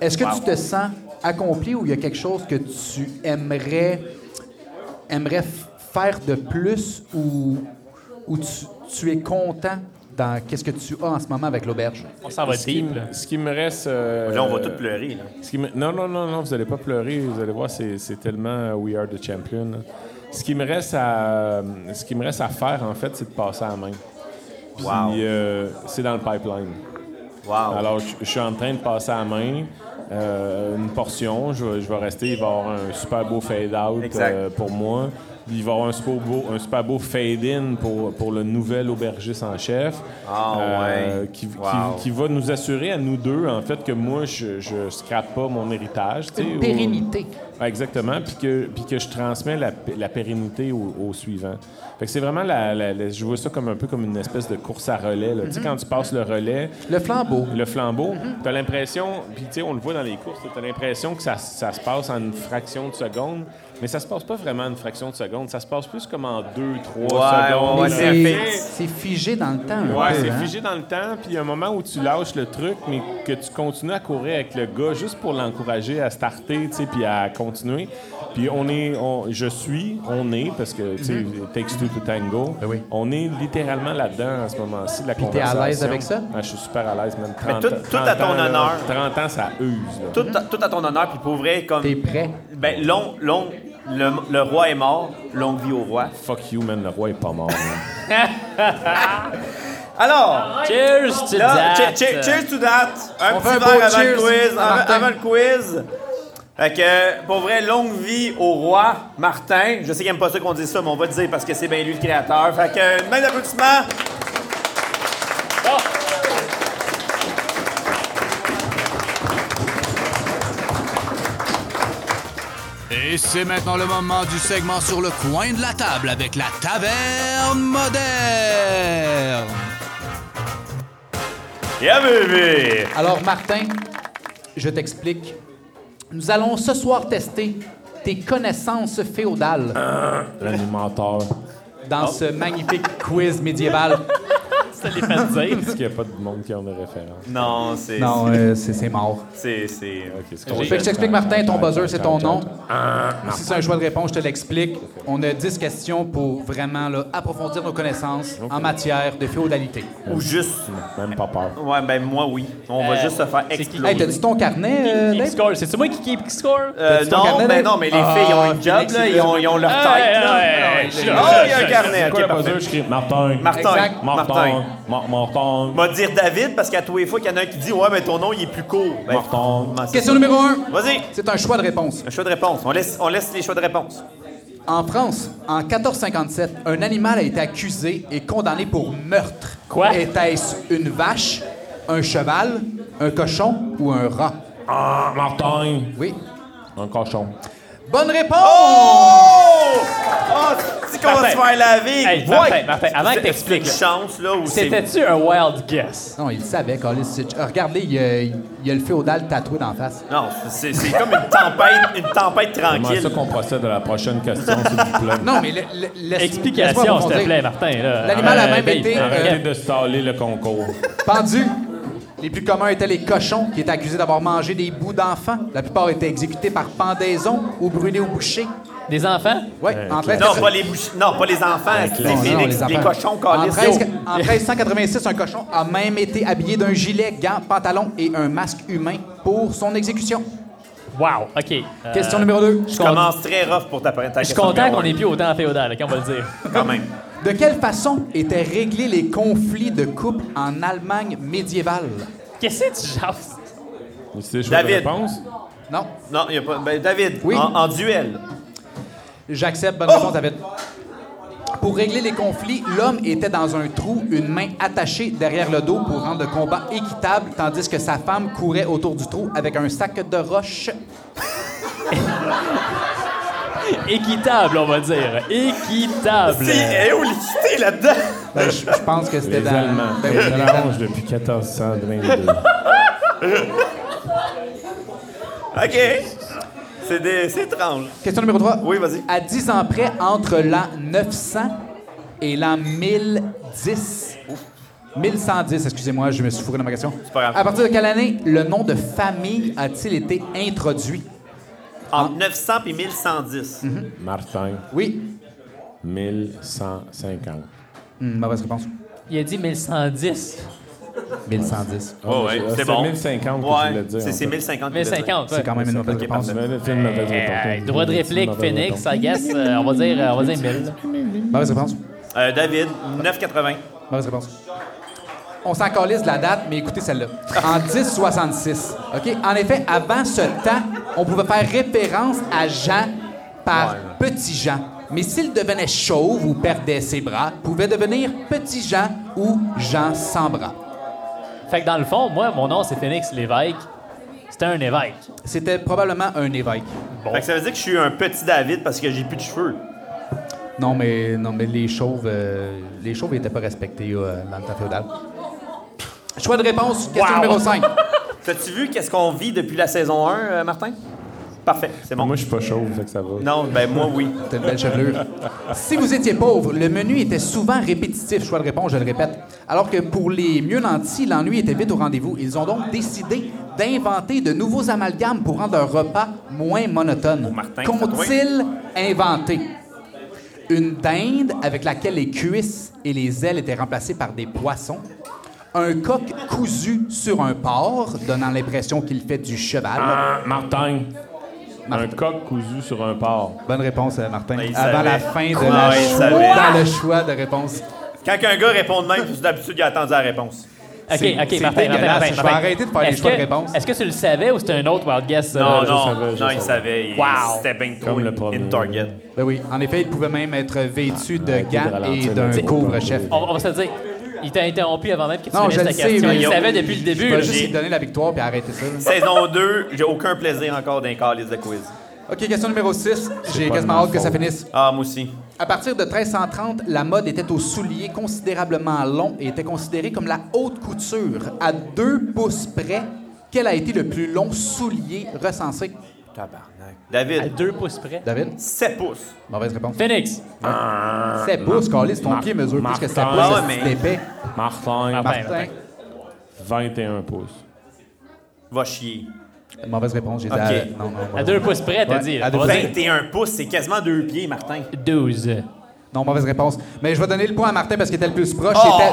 Est-ce que Wow. tu te sens accompli ou il y a quelque chose que tu aimerais, aimerais f- faire de plus ou, ou tu, tu es content dans qu'est-ce que tu as en ce moment avec l'auberge? On s'en va Ce qui, deep, là. me- ce qui me reste... euh, Là, on va tous pleurer. Là. ce qui me- non, non, non, non, vous allez pas pleurer. Vous allez voir, c'est c'est tellement euh, We Are the Champion. là. Ce qui me reste à, ce qui me reste à faire, en fait, c'est de passer à la main. Puis, Wow. euh, c'est dans le pipeline. Wow. Alors, je je suis en train de passer à la main euh, une portion. Je vais, je vais rester. Il va y avoir un super beau fade-out Exact. euh, pour moi. Il va y avoir un super beau, un super beau fade-in pour, pour le nouvel aubergiste en chef. euh, Ah, ouais. qui, qui- Wow. qui va nous assurer à nous deux, en fait, que moi, je ne scrape pas mon héritage. tu sais, ou- Pérennité. Ouais, Exactement, puis que, puis que je transmets la, p- la pérennité au, au suivant. Fait que c'est vraiment, la, la- la- je vois ça comme un peu comme une espèce de course à relais. là. Tu sais, quand tu passes le relais, Le flambeau. le flambeau, t'as l'impression, puis tu sais, on le voit dans les courses, t'as l'impression que ça, ça se passe en une fraction de seconde, mais ça se passe pas vraiment en une fraction de seconde, ça se passe plus comme en deux, trois Ouais, secondes. ouais, Mais ouais, là. c'est- fait- c'est figé dans le temps. un Ouais, peu, c'est hein? figé dans le temps, puis il y a un moment où tu lâches le truc, mais que tu continues à courir avec le gars juste pour l'encourager à starter, tu sais, puis à continuer. Puis on est, on- je suis, on est, parce que, tu sais, it takes two to tango. Mm-hmm. Ben oui. On est littéralement là-dedans à ce moment-ci de la t'es à conversation. l'aise avec ça? Ah, je suis super à l'aise, même. 30, tout- tout à ton ans, là, honneur. 30 ans, ça use, là. Tout, à- tout à ton honneur, puis pour vrai, comme. T'es prêt? Ben, long, long, le, le roi est mort, longue vie au roi. Fuck you, man, le roi est pas mort. man. Alors, Cheers to là, that. che- che- cheers to that. Un On fait petit un beau verre avant le cheers, quiz. Avant, Martin. avant le quiz. Fait que, pour vrai, longue vie au roi, Martin. Je sais qu'il aime pas ça qu'on dise ça, mais on va le dire parce que c'est bien lui le créateur. Fait que, même applaudissement. Et c'est maintenant le moment du segment sur le coin de la table avec la taverne moderne. Yeah, bébé. Alors, Martin, je t'explique. Nous allons ce soir tester tes connaissances féodales. L'animateur. Ah. dans ce magnifique quiz médiéval. [laughs] Est-ce qu'il y a pas de monde qui en a référence? Non, c'est. Non, euh, c'est c'est mort. C'est. c'est- Ok, c'est Fait que je t'explique, Martin, ton buzzer, c'est ton nom. Si c'est un choix de réponse, je te l'explique. On a 10 questions pour vraiment là, approfondir nos connaissances en matière de féodalité. Ou juste. Même pas peur. Ouais, ben, moi, oui. On va Euh, juste se faire c'est qui- exploser. Hey, t'as-tu ton carnet, euh, Keep Dave? score. C'est-tu moi qui keep score? Euh, T'as-tu ton non, carnet, mais Dave? non, mais les Ah, filles, ils ont une job, Félix, là, il ils ont, ils ont leur tête. Hey, là. hey, hey, oh, il hey, y hey, a un carnet. C'est ok, quoi le parfait. buzzer? Je crie Martin. Martin. Exact. Martin. Martin. Mar- Martin. M'a dire David parce qu'à tous les fois qu'il y en a un qui dit Ouais, mais ton nom il est plus court. Ben, Martin. comment c'est Question ça? numéro 1. Vas-y. C'est un choix de réponse. Un choix de réponse. On laisse, on laisse les choix de réponse. En France, en 1457, un animal a été accusé et condamné pour meurtre. Quoi? Était-ce une vache, un cheval, un cochon ou un rat? Ah, Martin. Oui. Un cochon. Bonne réponse! Oh! Oh, c'est qu'on va Martin. se faire laver. Hey, Ouais. Martin, Martin, avant C'est- que t'expliques, C'est une chance, là, où c'est. C'était-tu un wild guess? Non, il le savait, Carlis. C'est- Ah, Regardez, il y a, il y a le féodal tatoué d'en face. Non, c'est c'est comme une tempête, une tempête Comment ça tranquille. qu'on procède à la prochaine question, s'il [laughs] vous plaît? Non, mais le- le- laisse- laisse-moi Explication, s'il te rebondir. plaît, Martin. là. L'animal a Euh, même Dave, été, euh, Arrêtez regarde. de staller le concours. Pendu. Les plus communs étaient les cochons, qui étaient accusés d'avoir mangé des bouts d'enfants. La plupart étaient exécutés par pendaison ou brûlés au boucher. Des enfants? Oui, entre les- Non, pas les bouches- non, pas les enfants. c'est Non, les, non, Félix, les enfants. cochons, Carlis. En, 13 en 1386, un cochon a même été habillé d'un gilet, gants, pantalon et un masque humain pour son exécution. Wow, OK. Euh, Question numéro 2. Je commence très rough pour ta, ta Je suis question content numéro qu'on un. n'ait plus autant à féodal, OK, on va le dire. Quand même. De quelle façon étaient réglés les conflits de couple en Allemagne médiévale? Qu'est-ce que tu jases? C'est des choix de David. réponse. Non. Non, il n'y a pas. Ben, David, Oui. en, en duel. J'accepte. Bonne réponse, David. Pour régler les conflits, l'homme était dans un trou, une main attachée derrière le dos pour rendre le combat équitable, tandis que sa femme courait autour du trou avec un sac de roches. Équitable, on va dire. Équitable. C'est éolicité là-dedans. Ben, je je pense que c'était Les dans... Allemands. Ben Ils oui, les Allemands. l'allongent depuis 1422. [laughs] OK. C'est des- c'est étrange. Question numéro 3. Oui, vas-y. À 10 ans près, entre l'an 900 et l'an 1010. 1110, excusez-moi, je me suis fourré dans ma question. pas grave. À partir de quelle année le nom de famille a-t-il été introduit? Entre 900 et 1110. Mhm. Martin, Oui. 1150. Hmm, mauvaise réponse. Il a dit 1110. 1110. Oh, ouais, c'est c'est bon. 1050 que je voulais Ouais, dire, c'est- en c'est fait. 1050. Mais 50. ouais. C'est quand même une mauvaise Ok, Ah, réponse. parfait. Mauvaise- c'est une mauvaise Euh, réponse. droit de réplique, Mauvaise Phoenix, réponse. I guess. euh, on va dire, euh, on va dire 1000. Mauvaise réponse. Euh, David, 980. Mauvaise réponse. On s'en calisse de la date, mais écoutez celle-là. En 1066. OK? En effet, avant ce temps, on pouvait faire référence à Jean par Petit Jean. Mais s'il devenait chauve ou perdait ses bras, pouvait devenir Petit Jean ou Jean sans bras. Fait que dans le fond, moi, mon nom, c'est Phoenix l'évêque. C'était un évêque. C'était probablement un évêque. Fait que ça veut dire que je suis un petit David parce que j'ai plus de cheveux. Non, mais, non, mais les chauves, euh, les chauves n'étaient pas respectés euh, dans le temps féodal. Choix de réponse, question Wow. numéro 5. T'as-tu vu qu'est-ce qu'on vit depuis la saison 1, euh, Martin? Parfait, c'est bon. Moi, je suis pas chauve, fait que ça va. Non, ben moi, oui. T'as une belle chevelure. si vous étiez pauvre, le menu était souvent répétitif. Choix de réponse, je le répète. Alors que pour les mieux nantis, l'ennui était vite au rendez-vous. Ils ont donc décidé d'inventer de nouveaux amalgames pour rendre leur repas moins monotone. Martin, Qu'ont-ils inventé? Une dinde avec laquelle les cuisses et les ailes étaient remplacées par des poissons. Un coq cousu sur un porc, donnant l'impression qu'il fait du cheval. Ah, Martin. Martin. Un coq cousu sur un porc. Bonne réponse, euh, Martin. Ben, il Avant savait. la fin de Ah, la il choix- savait. dans le choix de réponse. Quand un gars répond de même, c'est d'habitude, il a attendu la réponse. OK, C'est- OK, c'est Martin, Martin, dégueulasse. Martin, Je vais Martin. arrêter de faire les Est-ce choix de que- réponse. Est-ce que tu le savais ou c'était un autre wild guess? euh, Non, je non, savais, je non, il savais. Il- Wow. C'était bien trop Comme le in- premier. in target. Ben oui, en effet, il pouvait même être vêtu de arrêtez de gants et ralentir d'un là-dessus. couvre-chef. Oh, On, on va se le dire. Il t'a interrompu avant même que tu Non, je finisses le ta sais, question. mais- il le savait depuis le début. Je là. vais juste lui donner la victoire puis arrêter ça. là. Saison 2, j'ai aucun plaisir encore d'un calice de quiz. OK, question numéro 6. J'ai pas de quasiment ma hâte que ça faute. finisse. Ah, moi aussi. À partir de 1330, la mode était aux souliers considérablement longs et était considérée comme la haute couture. À deux pouces près, quel a été le plus long soulier recensé? Tabarnak. À David, deux pouces près. David? 7 pouces. Mauvaise réponse. Phoenix. 7 pouces, Carlis, ton Mar- pied mesure plus que 7 pouces. Martin. Ah ouais, c'est mais- épais. Martin. Martin. Martin. 21 pouces. Va chier. Mauvaise réponse, j'ai dit Ok. à- non, non, À mauvaise- deux pouces près, t'as Ouais, dit. à là. deux On va pouces. dire 21 pouces, c'est quasiment deux pieds, Martin. 12. Non, mauvaise réponse. Mais je vais donner le point à Martin parce qu'il était le plus proche. Oh! Il était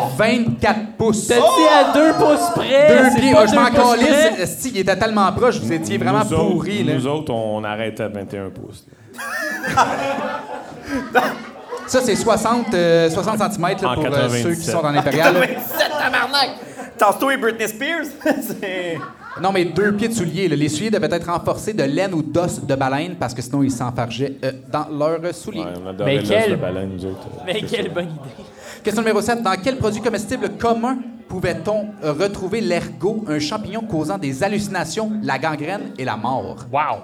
24 pouces. T'as dit à deux pouces près. Oh! Deux c'est pieds. pas Ah, je m'en deux pouces près. calisse. Esti, Il était tellement proche, vous étiez vraiment nous autres- pourri. là. Nous autres, on arrête à 21 pouces. là. Ça, c'est 60, euh, 60 cm En pour euh, ceux qui 97. sont dans l'impérial. Ah [laughs] là. 27, tabarnak! Tantôt et Britney Spears? [laughs] c'est... Non, mais deux pieds de souliers. là. Les souliers devaient être renforcés de laine ou d'os de baleine parce que sinon, ils s'enfargeaient euh, dans leurs souliers. Ouais, on adorait Mais l'os quel- de baleine, nous autres. Mais C'est quelle ça. bonne idée. Question numéro 7. Dans quel produit comestible commun pouvait-on euh, retrouver l'ergot, un champignon causant des hallucinations, la gangrène et la mort? Wow.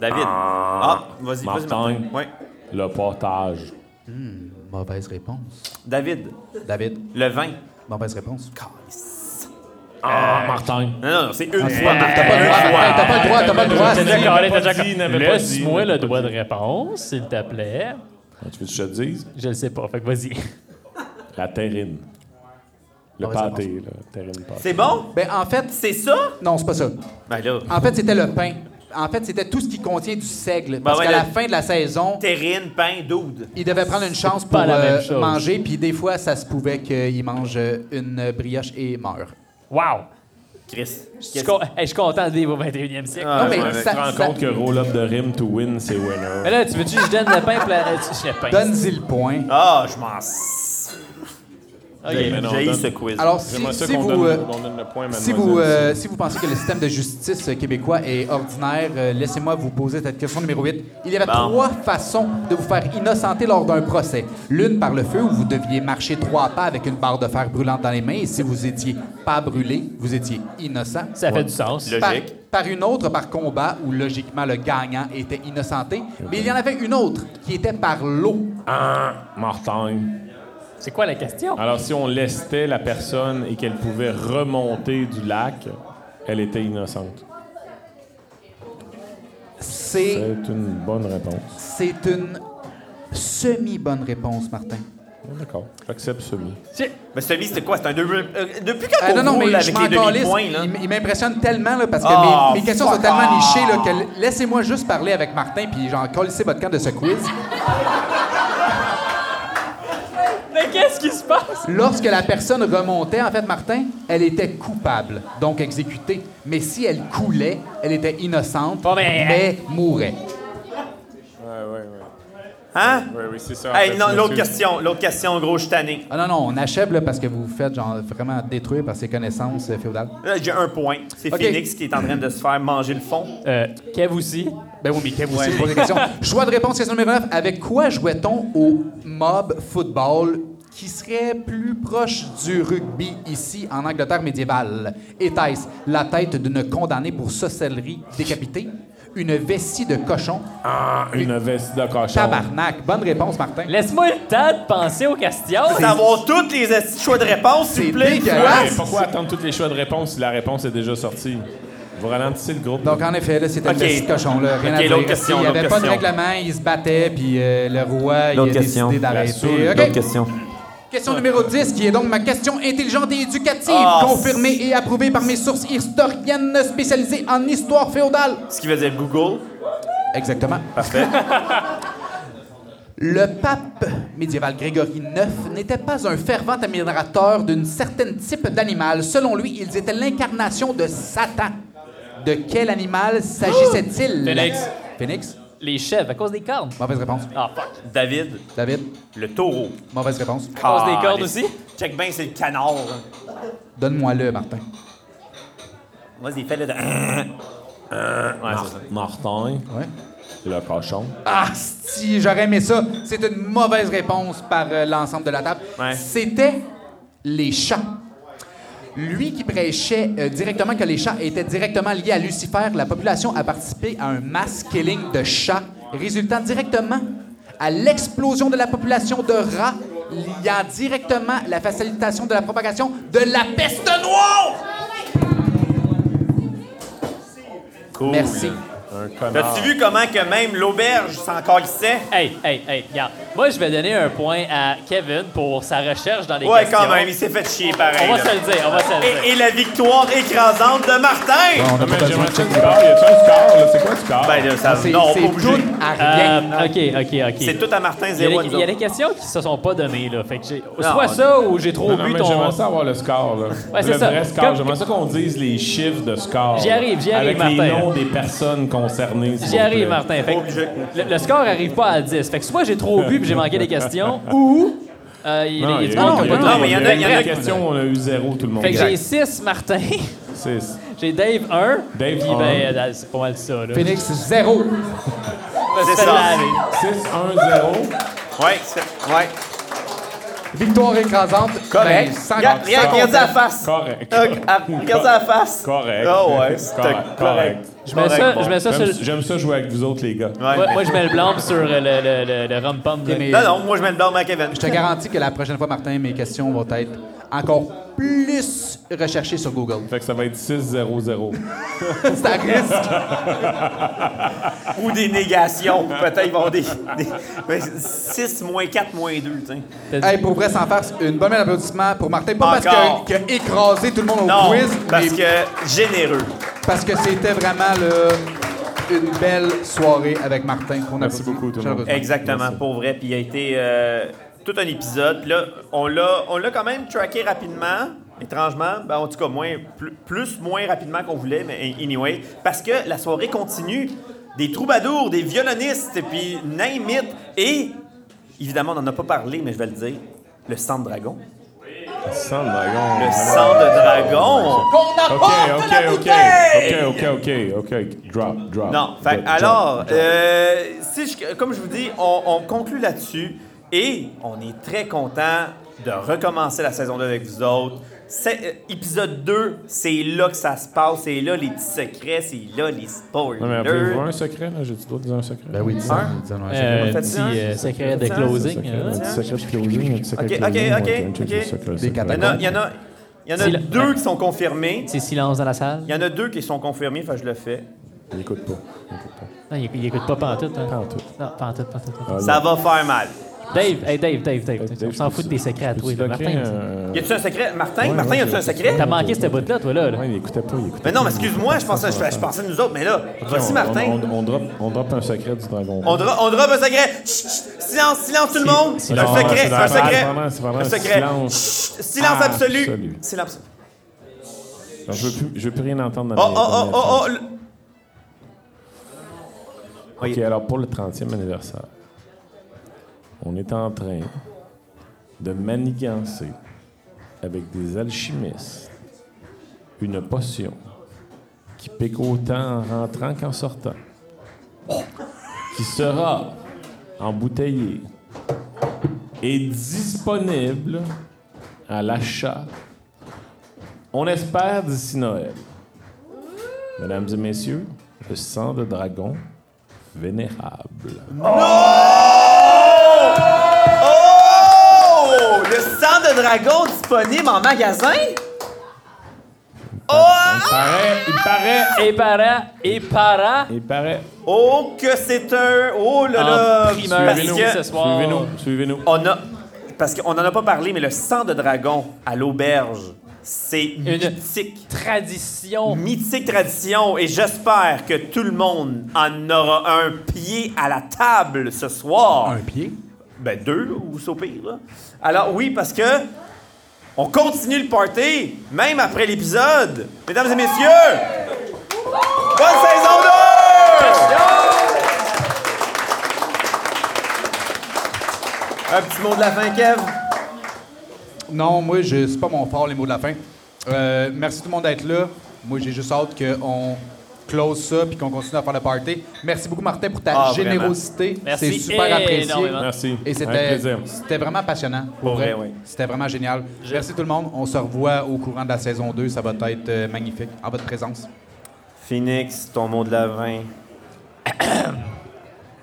David. Ah, vas-y, vas-y, Martin. Martin. Ouais. Le portage. Mauvaise réponse. David, David, le vin. mauvaise réponse. Ah, Martin. Non, non, non, c'est une fois, Martin. T'as pas le droit, Martin, t'as pas le droit, t'as pas le droit. Ah, T'as déjà il calé, n'avait t'as pas déjà dit, il calé. n'avait pas dit, il Laisse-moi n'avait le pas droit dit. de réponse, s'il te plaît. Tu veux que je te dise? Je le sais pas, fait que vas-y. La terrine. Ah Le Mauvaise pâté, là. Terrine pâté. C'est bon? Ben, en fait, c'est- C'est ça? non, c'est pas ça. Ben là, En fait, c'était le pain. En fait, c'était tout ce qui contient du seigle. Parce Ben ouais, qu'à le- la fin de la saison, terrine, pain, doude. il devait prendre une chance pour pas la même euh, chose. manger, puis des fois, ça se pouvait qu'il mange euh, une brioche et meure. [laughs] Wow. Chris. Je suis con- hey, je suis content de vivre au 21e siècle. Ah, Non, mais, mais Ouais, mais ça- tu te rends ça- Euh, compte que roll up de rim to win, c'est winner. mais là, tu veux-tu que je donne le pain? pour la- euh, tu- le pain. Donne-y le point. Ah, je m'en. s- Ok. J'ai mais non, j'ai eu donne. ce quiz. Alors, si, J'aimerais ça si qu'on vous, donne, euh, qu'on donne le point, si, mademoiselle. vous, euh, si vous pensez que le système de justice euh, québécois est ordinaire, euh, laissez-moi vous poser cette question numéro 8. Il y avait Bon. trois façons de vous faire innocenter lors d'un procès. L'une par le feu, où vous deviez marcher trois pas avec une barre de fer brûlante dans les mains, et si vous étiez pas brûlé, vous étiez innocent. Ça fait du sens. Le- Par, Logique. par une autre, par combat, où logiquement le gagnant était innocenté. Mais il y en avait une autre, qui était par l'eau. euh, Ah, Martin. C'est quoi la question? Ah. Alors, si on lestait la personne et qu'elle pouvait remonter du lac, elle était innocente. C'est C'est une bonne réponse. C'est une semi-bonne réponse, Martin. Euh, Ah, D'accord. J'accepte celui. Mais celui, c'était quoi? C'était un deux. euh, depuis quand Ah, on roule je avec m'en les calisse. demi-points, là? Il, il m'impressionne tellement là, parce que Ah, mes, mes questions fuck sont tellement off. nichées là, que laissez-moi juste parler avec Martin puis j'en colissez votre camp de ce quiz. Mais qu'est-ce qui se passe? Lorsque la personne remontait, en fait, Martin, elle était coupable, donc exécutée. Mais si elle coulait, elle était innocente, Bon, ben, mais mourait. Ouais, ouais, ouais. Hein? Ouais, oui, c'est ça. en Hey, fait, non, l'autre monsieur. question, l'autre question, gros, je suis tanné. Ah non, non, on achève là, parce que vous vous faites genre, vraiment détruire par ses connaissances euh, féodales. Là, J'ai un point. C'est Ok. Phoenix qui est en train de se faire manger le [laughs] fond. Euh, Kev aussi. Ben oui, mais Kev aussi pose des [laughs] questions. Choix de réponse, question numéro 9. Avec quoi jouait-on au mob football qui serait plus proche du rugby ici en Angleterre médiévale? Était-ce la tête d'une condamnée pour sorcellerie décapitée? Une vessie de cochon? Ah, une veste de cochon. Tabarnak. Bonne réponse, Martin. Laisse-moi le temps de penser aux questions. Faut avoir tous les esti- choix de réponse, s'il vous C'est plaît. Ouais, dégueulasse. mais pourquoi attendre tous les choix de réponse si la réponse est déjà sortie? Vous ralentissez le groupe. Donc, en effet, là, c'était Ok. une vessie de cochon. Là. Rien Ok, à dire. l'autre question, Il n'y avait l'autre pas de question. règlement. Il se battait, puis euh, le roi, il a L'autre question. décidé La soule, d'arrêter. Ok. question. Question numéro 10, qui est donc ma question intelligente et éducative, Ah, confirmée et approuvée par mes sources historiennes spécialisées en histoire féodale. Ce qui veut dire Google. Exactement. Parfait. Le pape médiéval Grégory IX n'était pas un fervent admirateur d'un certain type d'animal. Selon lui, ils étaient l'incarnation de Satan. De quel animal s'agissait-il? Phénix. Phoenix. Les chefs, à cause des cornes. Mauvaise réponse. Ah, fuck. David, David. le taureau. Mauvaise réponse. À Ah, cause des cornes les- aussi? Check bien, c'est le canard. Donne-moi le, Martin. Vas-y, fais-le. de- Ouais, c'est ça. Martin, Ouais. le cochon. Ah, si, j'aurais aimé ça. C'est une mauvaise réponse par euh, l'ensemble de la table. Ouais. C'était les chats. Lui qui prêchait euh, directement que les chats étaient directement liés à Lucifer, la population a participé à un mass killing de chats, résultant directement à l'explosion de la population de rats, liant directement la facilitation de la propagation de la peste noire. Cool. Merci. Un connard. T'as-tu vu comment que même l'auberge s'en calissait? Hey, hey, hey, regarde. Moi, je vais donner un point à Kevin pour sa recherche dans les Ouais, questions. quand même, il s'est fait chier pareil. On va là. se le dire, on va se le dire. Et, et la victoire écrasante de Martin! Non, mais j'aimerais ça du corps. Y a-tu un score, là? C'est quoi du corps? Ben, là, ça, ah, C'est non, on c'est pas obligé. tout à rien. Euh, OK, OK, OK. C'est tout à Martin, Il y, a zéro à des, nous il y a autres. des questions qui se sont pas données, là. Fait que j'ai- Non, soit on- ça ou j'ai trop Non, non, bu mais ton. J'aimerais ça avoir le score, là. Ouais, c'est le ça. vrai score. Comme- J'aimerais ça qu'on dise les chiffres de score. J'y là, arrive, j'y arrive, Avec les Martin. noms des personnes concernées. s'il J'y vous arrive, plaît. Martin. Fait que Obligé. le, le score arrive pas à 10. Fait que soit j'ai trop bu puis j'ai manqué des questions ou. euh, il y a Non, des- il il y y a a non, des- il y en a- non, il y en a- il y en a- une question, on a eu zéro, tout le monde. Fait que j'ai Exact. 6, Martin. [laughs] Six. J'ai Dave 1. Dave, Puis, ben, euh, c'est pas mal ça, là. Phoenix, zéro. Je me c'est fais ça. laver. 6, 1, 0. Ouais, c'est- ouais. Victoire écrasante. Correct. Ben, sans- Regarde, sans regarde la conteste. face. Correct. Euh, ah, Regarde la face. Correct. Ah ouais, c'était Correct. correct. Correct. Je mets ça, bon. je mets ça sur J'aime- le- J'aime ça jouer avec vous autres, les gars. Ouais. Moi, moi, je mets le blanc sur euh, le, le, le, le rum pum. là. Euh, mais- Non, non, moi je mets le blâme à Kevin. Je te garantis que la prochaine fois, Martin, mes questions vont être encore plus recherchées sur [laughs] Google. Fait que ça va être 6, 0, 0. C'est à risque. Ou des négations. Peut-être ils vont des. 6 moins 4 moins 2, tu sais. Hey, pour vrai, sans faire une bonne main d'applaudissement pour Martin. Pas Encore. parce que- qu'il a écrasé tout le monde au Non, quiz, parce mais que généreux. parce que c'était vraiment là, une belle soirée avec Martin qu'on a Merci beaucoup, tout le monde. Exactement, pour vrai. Puis il a été euh, tout un épisode. Puis Là, on l'a, on l'a quand même traqué rapidement. étrangement, ben, en tout cas, moins, plus, plus, moins rapidement qu'on voulait, mais anyway, parce que la soirée continue. Des troubadours, des violonistes, et puis name it. Et, évidemment, on n'en a pas parlé, mais je vais le dire, le sang de dragon. Le sang de dragon. Le sang de dragon. OK, OK, OK. OK, OK, OK, OK. Drop, drop. Non, fait, Drop, alors, drop. euh, si je- comme je vous dis, on, on conclut là-dessus et on est très content de recommencer la saison 2 avec vous autres. C'est- euh, épisode 2, c'est là que ça se passe, c'est là les petits secrets, c'est là les spoilers. Non, mais avez-vous un secret, là? J'ai-tu d'autres dire un secret? Ben oui, dis-en, Hein? dis-en, ouais, Euh, Faites petit ça. euh, secret de Faites ça. closing. Un hein. petit secret de closing, un petit secret Ok, de ok, closing, ok, ouais, un petit ok. secret, secret, secret. Il y en a, il y en a, il y en a Si, là. deux qui sont confirmés. C'est silence dans la salle. Il y en a deux qui sont confirmés, enfin je le fais. Il écoute pas. Il écoute pas. Non, il, il écoute pas pantoute. Hein. Pantoute. Non, pantoute, pantoute. pantoute. Ça va faire mal. Dave, hey, Dave, Dave, Dave, Dave, on s'en peux-tu- fout de tes secrets à toi. peux-tu là, loquer Martin. un- Y a-tu un secret? Martin? Ouais, Martin, ouais, y a-tu je- un secret? T'as manqué cette bout-là, toi, là. là. Ouais, il écoutait pas, il écoutait Mais non, mais pas. excuse-moi, je pensais, je, je pensais nous autres, mais là, voici On- Martin. On, on, on drop, on drop un secret du dragon. On, dra- on drop un secret. Chut, chut, silence, silence tout le monde. C'est un non, secret, c'est c'est un vraiment- secret. vraiment- c'est vraiment un un secret. silence. Ah, Chut, silence absolu. Absolu. Silence. Non, je, veux plus, je veux plus rien entendre dans Oh, les- oh, oh, dans les- oh, oh. le- OK, alors pour le 30e anniversaire, on est en train de manigancer avec des alchimistes une potion qui pique autant en rentrant qu'en sortant, qui sera embouteillée et disponible à l'achat, on espère d'ici Noël. Mesdames et messieurs, le sang de dragon vénérable. Ah! Oh! Le sang de dragon disponible en magasin? Oh! Il paraît, Et para, et para. il paraît. Oh, que c'est un. Oh là là! En primeur, Parce ici, que- ce soir. Suivez-nous, suivez-nous. On a. Parce qu'on n'en a pas parlé, mais le sang de dragon à l'auberge, c'est mythique. Tradition. Mythique tradition, et j'espère que tout le monde en aura un pied à la table ce soir. Un pied. Ben, deux, là, ou ça au pire. là. Alors, oui, parce que. On continue le party, même après l'épisode. Mesdames et messieurs, bonne saison 2! Un petit mot de la fin, Kev. Non, moi, je, c'est pas mon fort, les mots de la fin. Euh, merci tout le monde d'être là. Moi, j'ai juste hâte qu'on close ça puis qu'on continue à faire le party. Merci beaucoup, Martin, pour ta Ah, vraiment. générosité. Merci C'est super apprécié. énormément. Merci. Et Avec c'était, plaisir. c'était vraiment passionnant. Pour Pour vrai, vrai, oui. C'était vraiment génial. Merci tout le monde. On se revoit au courant de la saison 2. Ça va être euh, magnifique en votre présence. Phoenix, ton mot de la fin.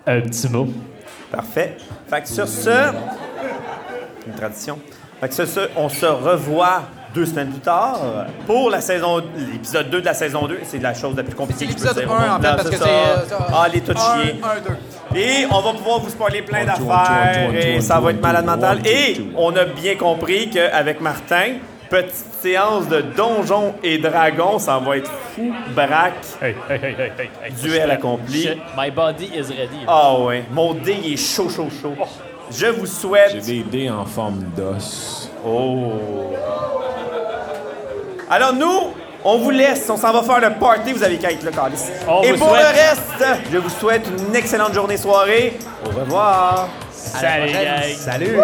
Un petit mot. Parfait. Fait que sur ce, une tradition. Fait que sur ce, on se revoit deux semaines plus tard pour la saison, l'épisode 2 de la saison 2. C'est la chose la plus compliquée que je peux L'épisode 1, dire. au en monde. fait, Non, parce que ça. c'est. Ah, les tout chiés. 1, 2. Et on va pouvoir vous spoiler plein Ah, One, two, one, two, one, two, d'affaires one, two, et one, ça two, va one, être two, malade mental. one, two, Et two. on a bien compris qu'avec Martin, petite séance de donjons et dragons, ça va être fou, braque, Hey, hey, hey, hey, hey, hey. duel accompli. Je- my body is ready. Ah ouais, mon dé il est chaud, chaud, chaud. Je vous J'ai souhaite. des dés en forme d'os. Oh. Alors nous, on vous laisse, on s'en va faire le party, vous avez qu'à être là, Calice. On Et vous pour souhaite- le reste, je vous souhaite une excellente journée, soirée. Au revoir. Salut, gang. Salut.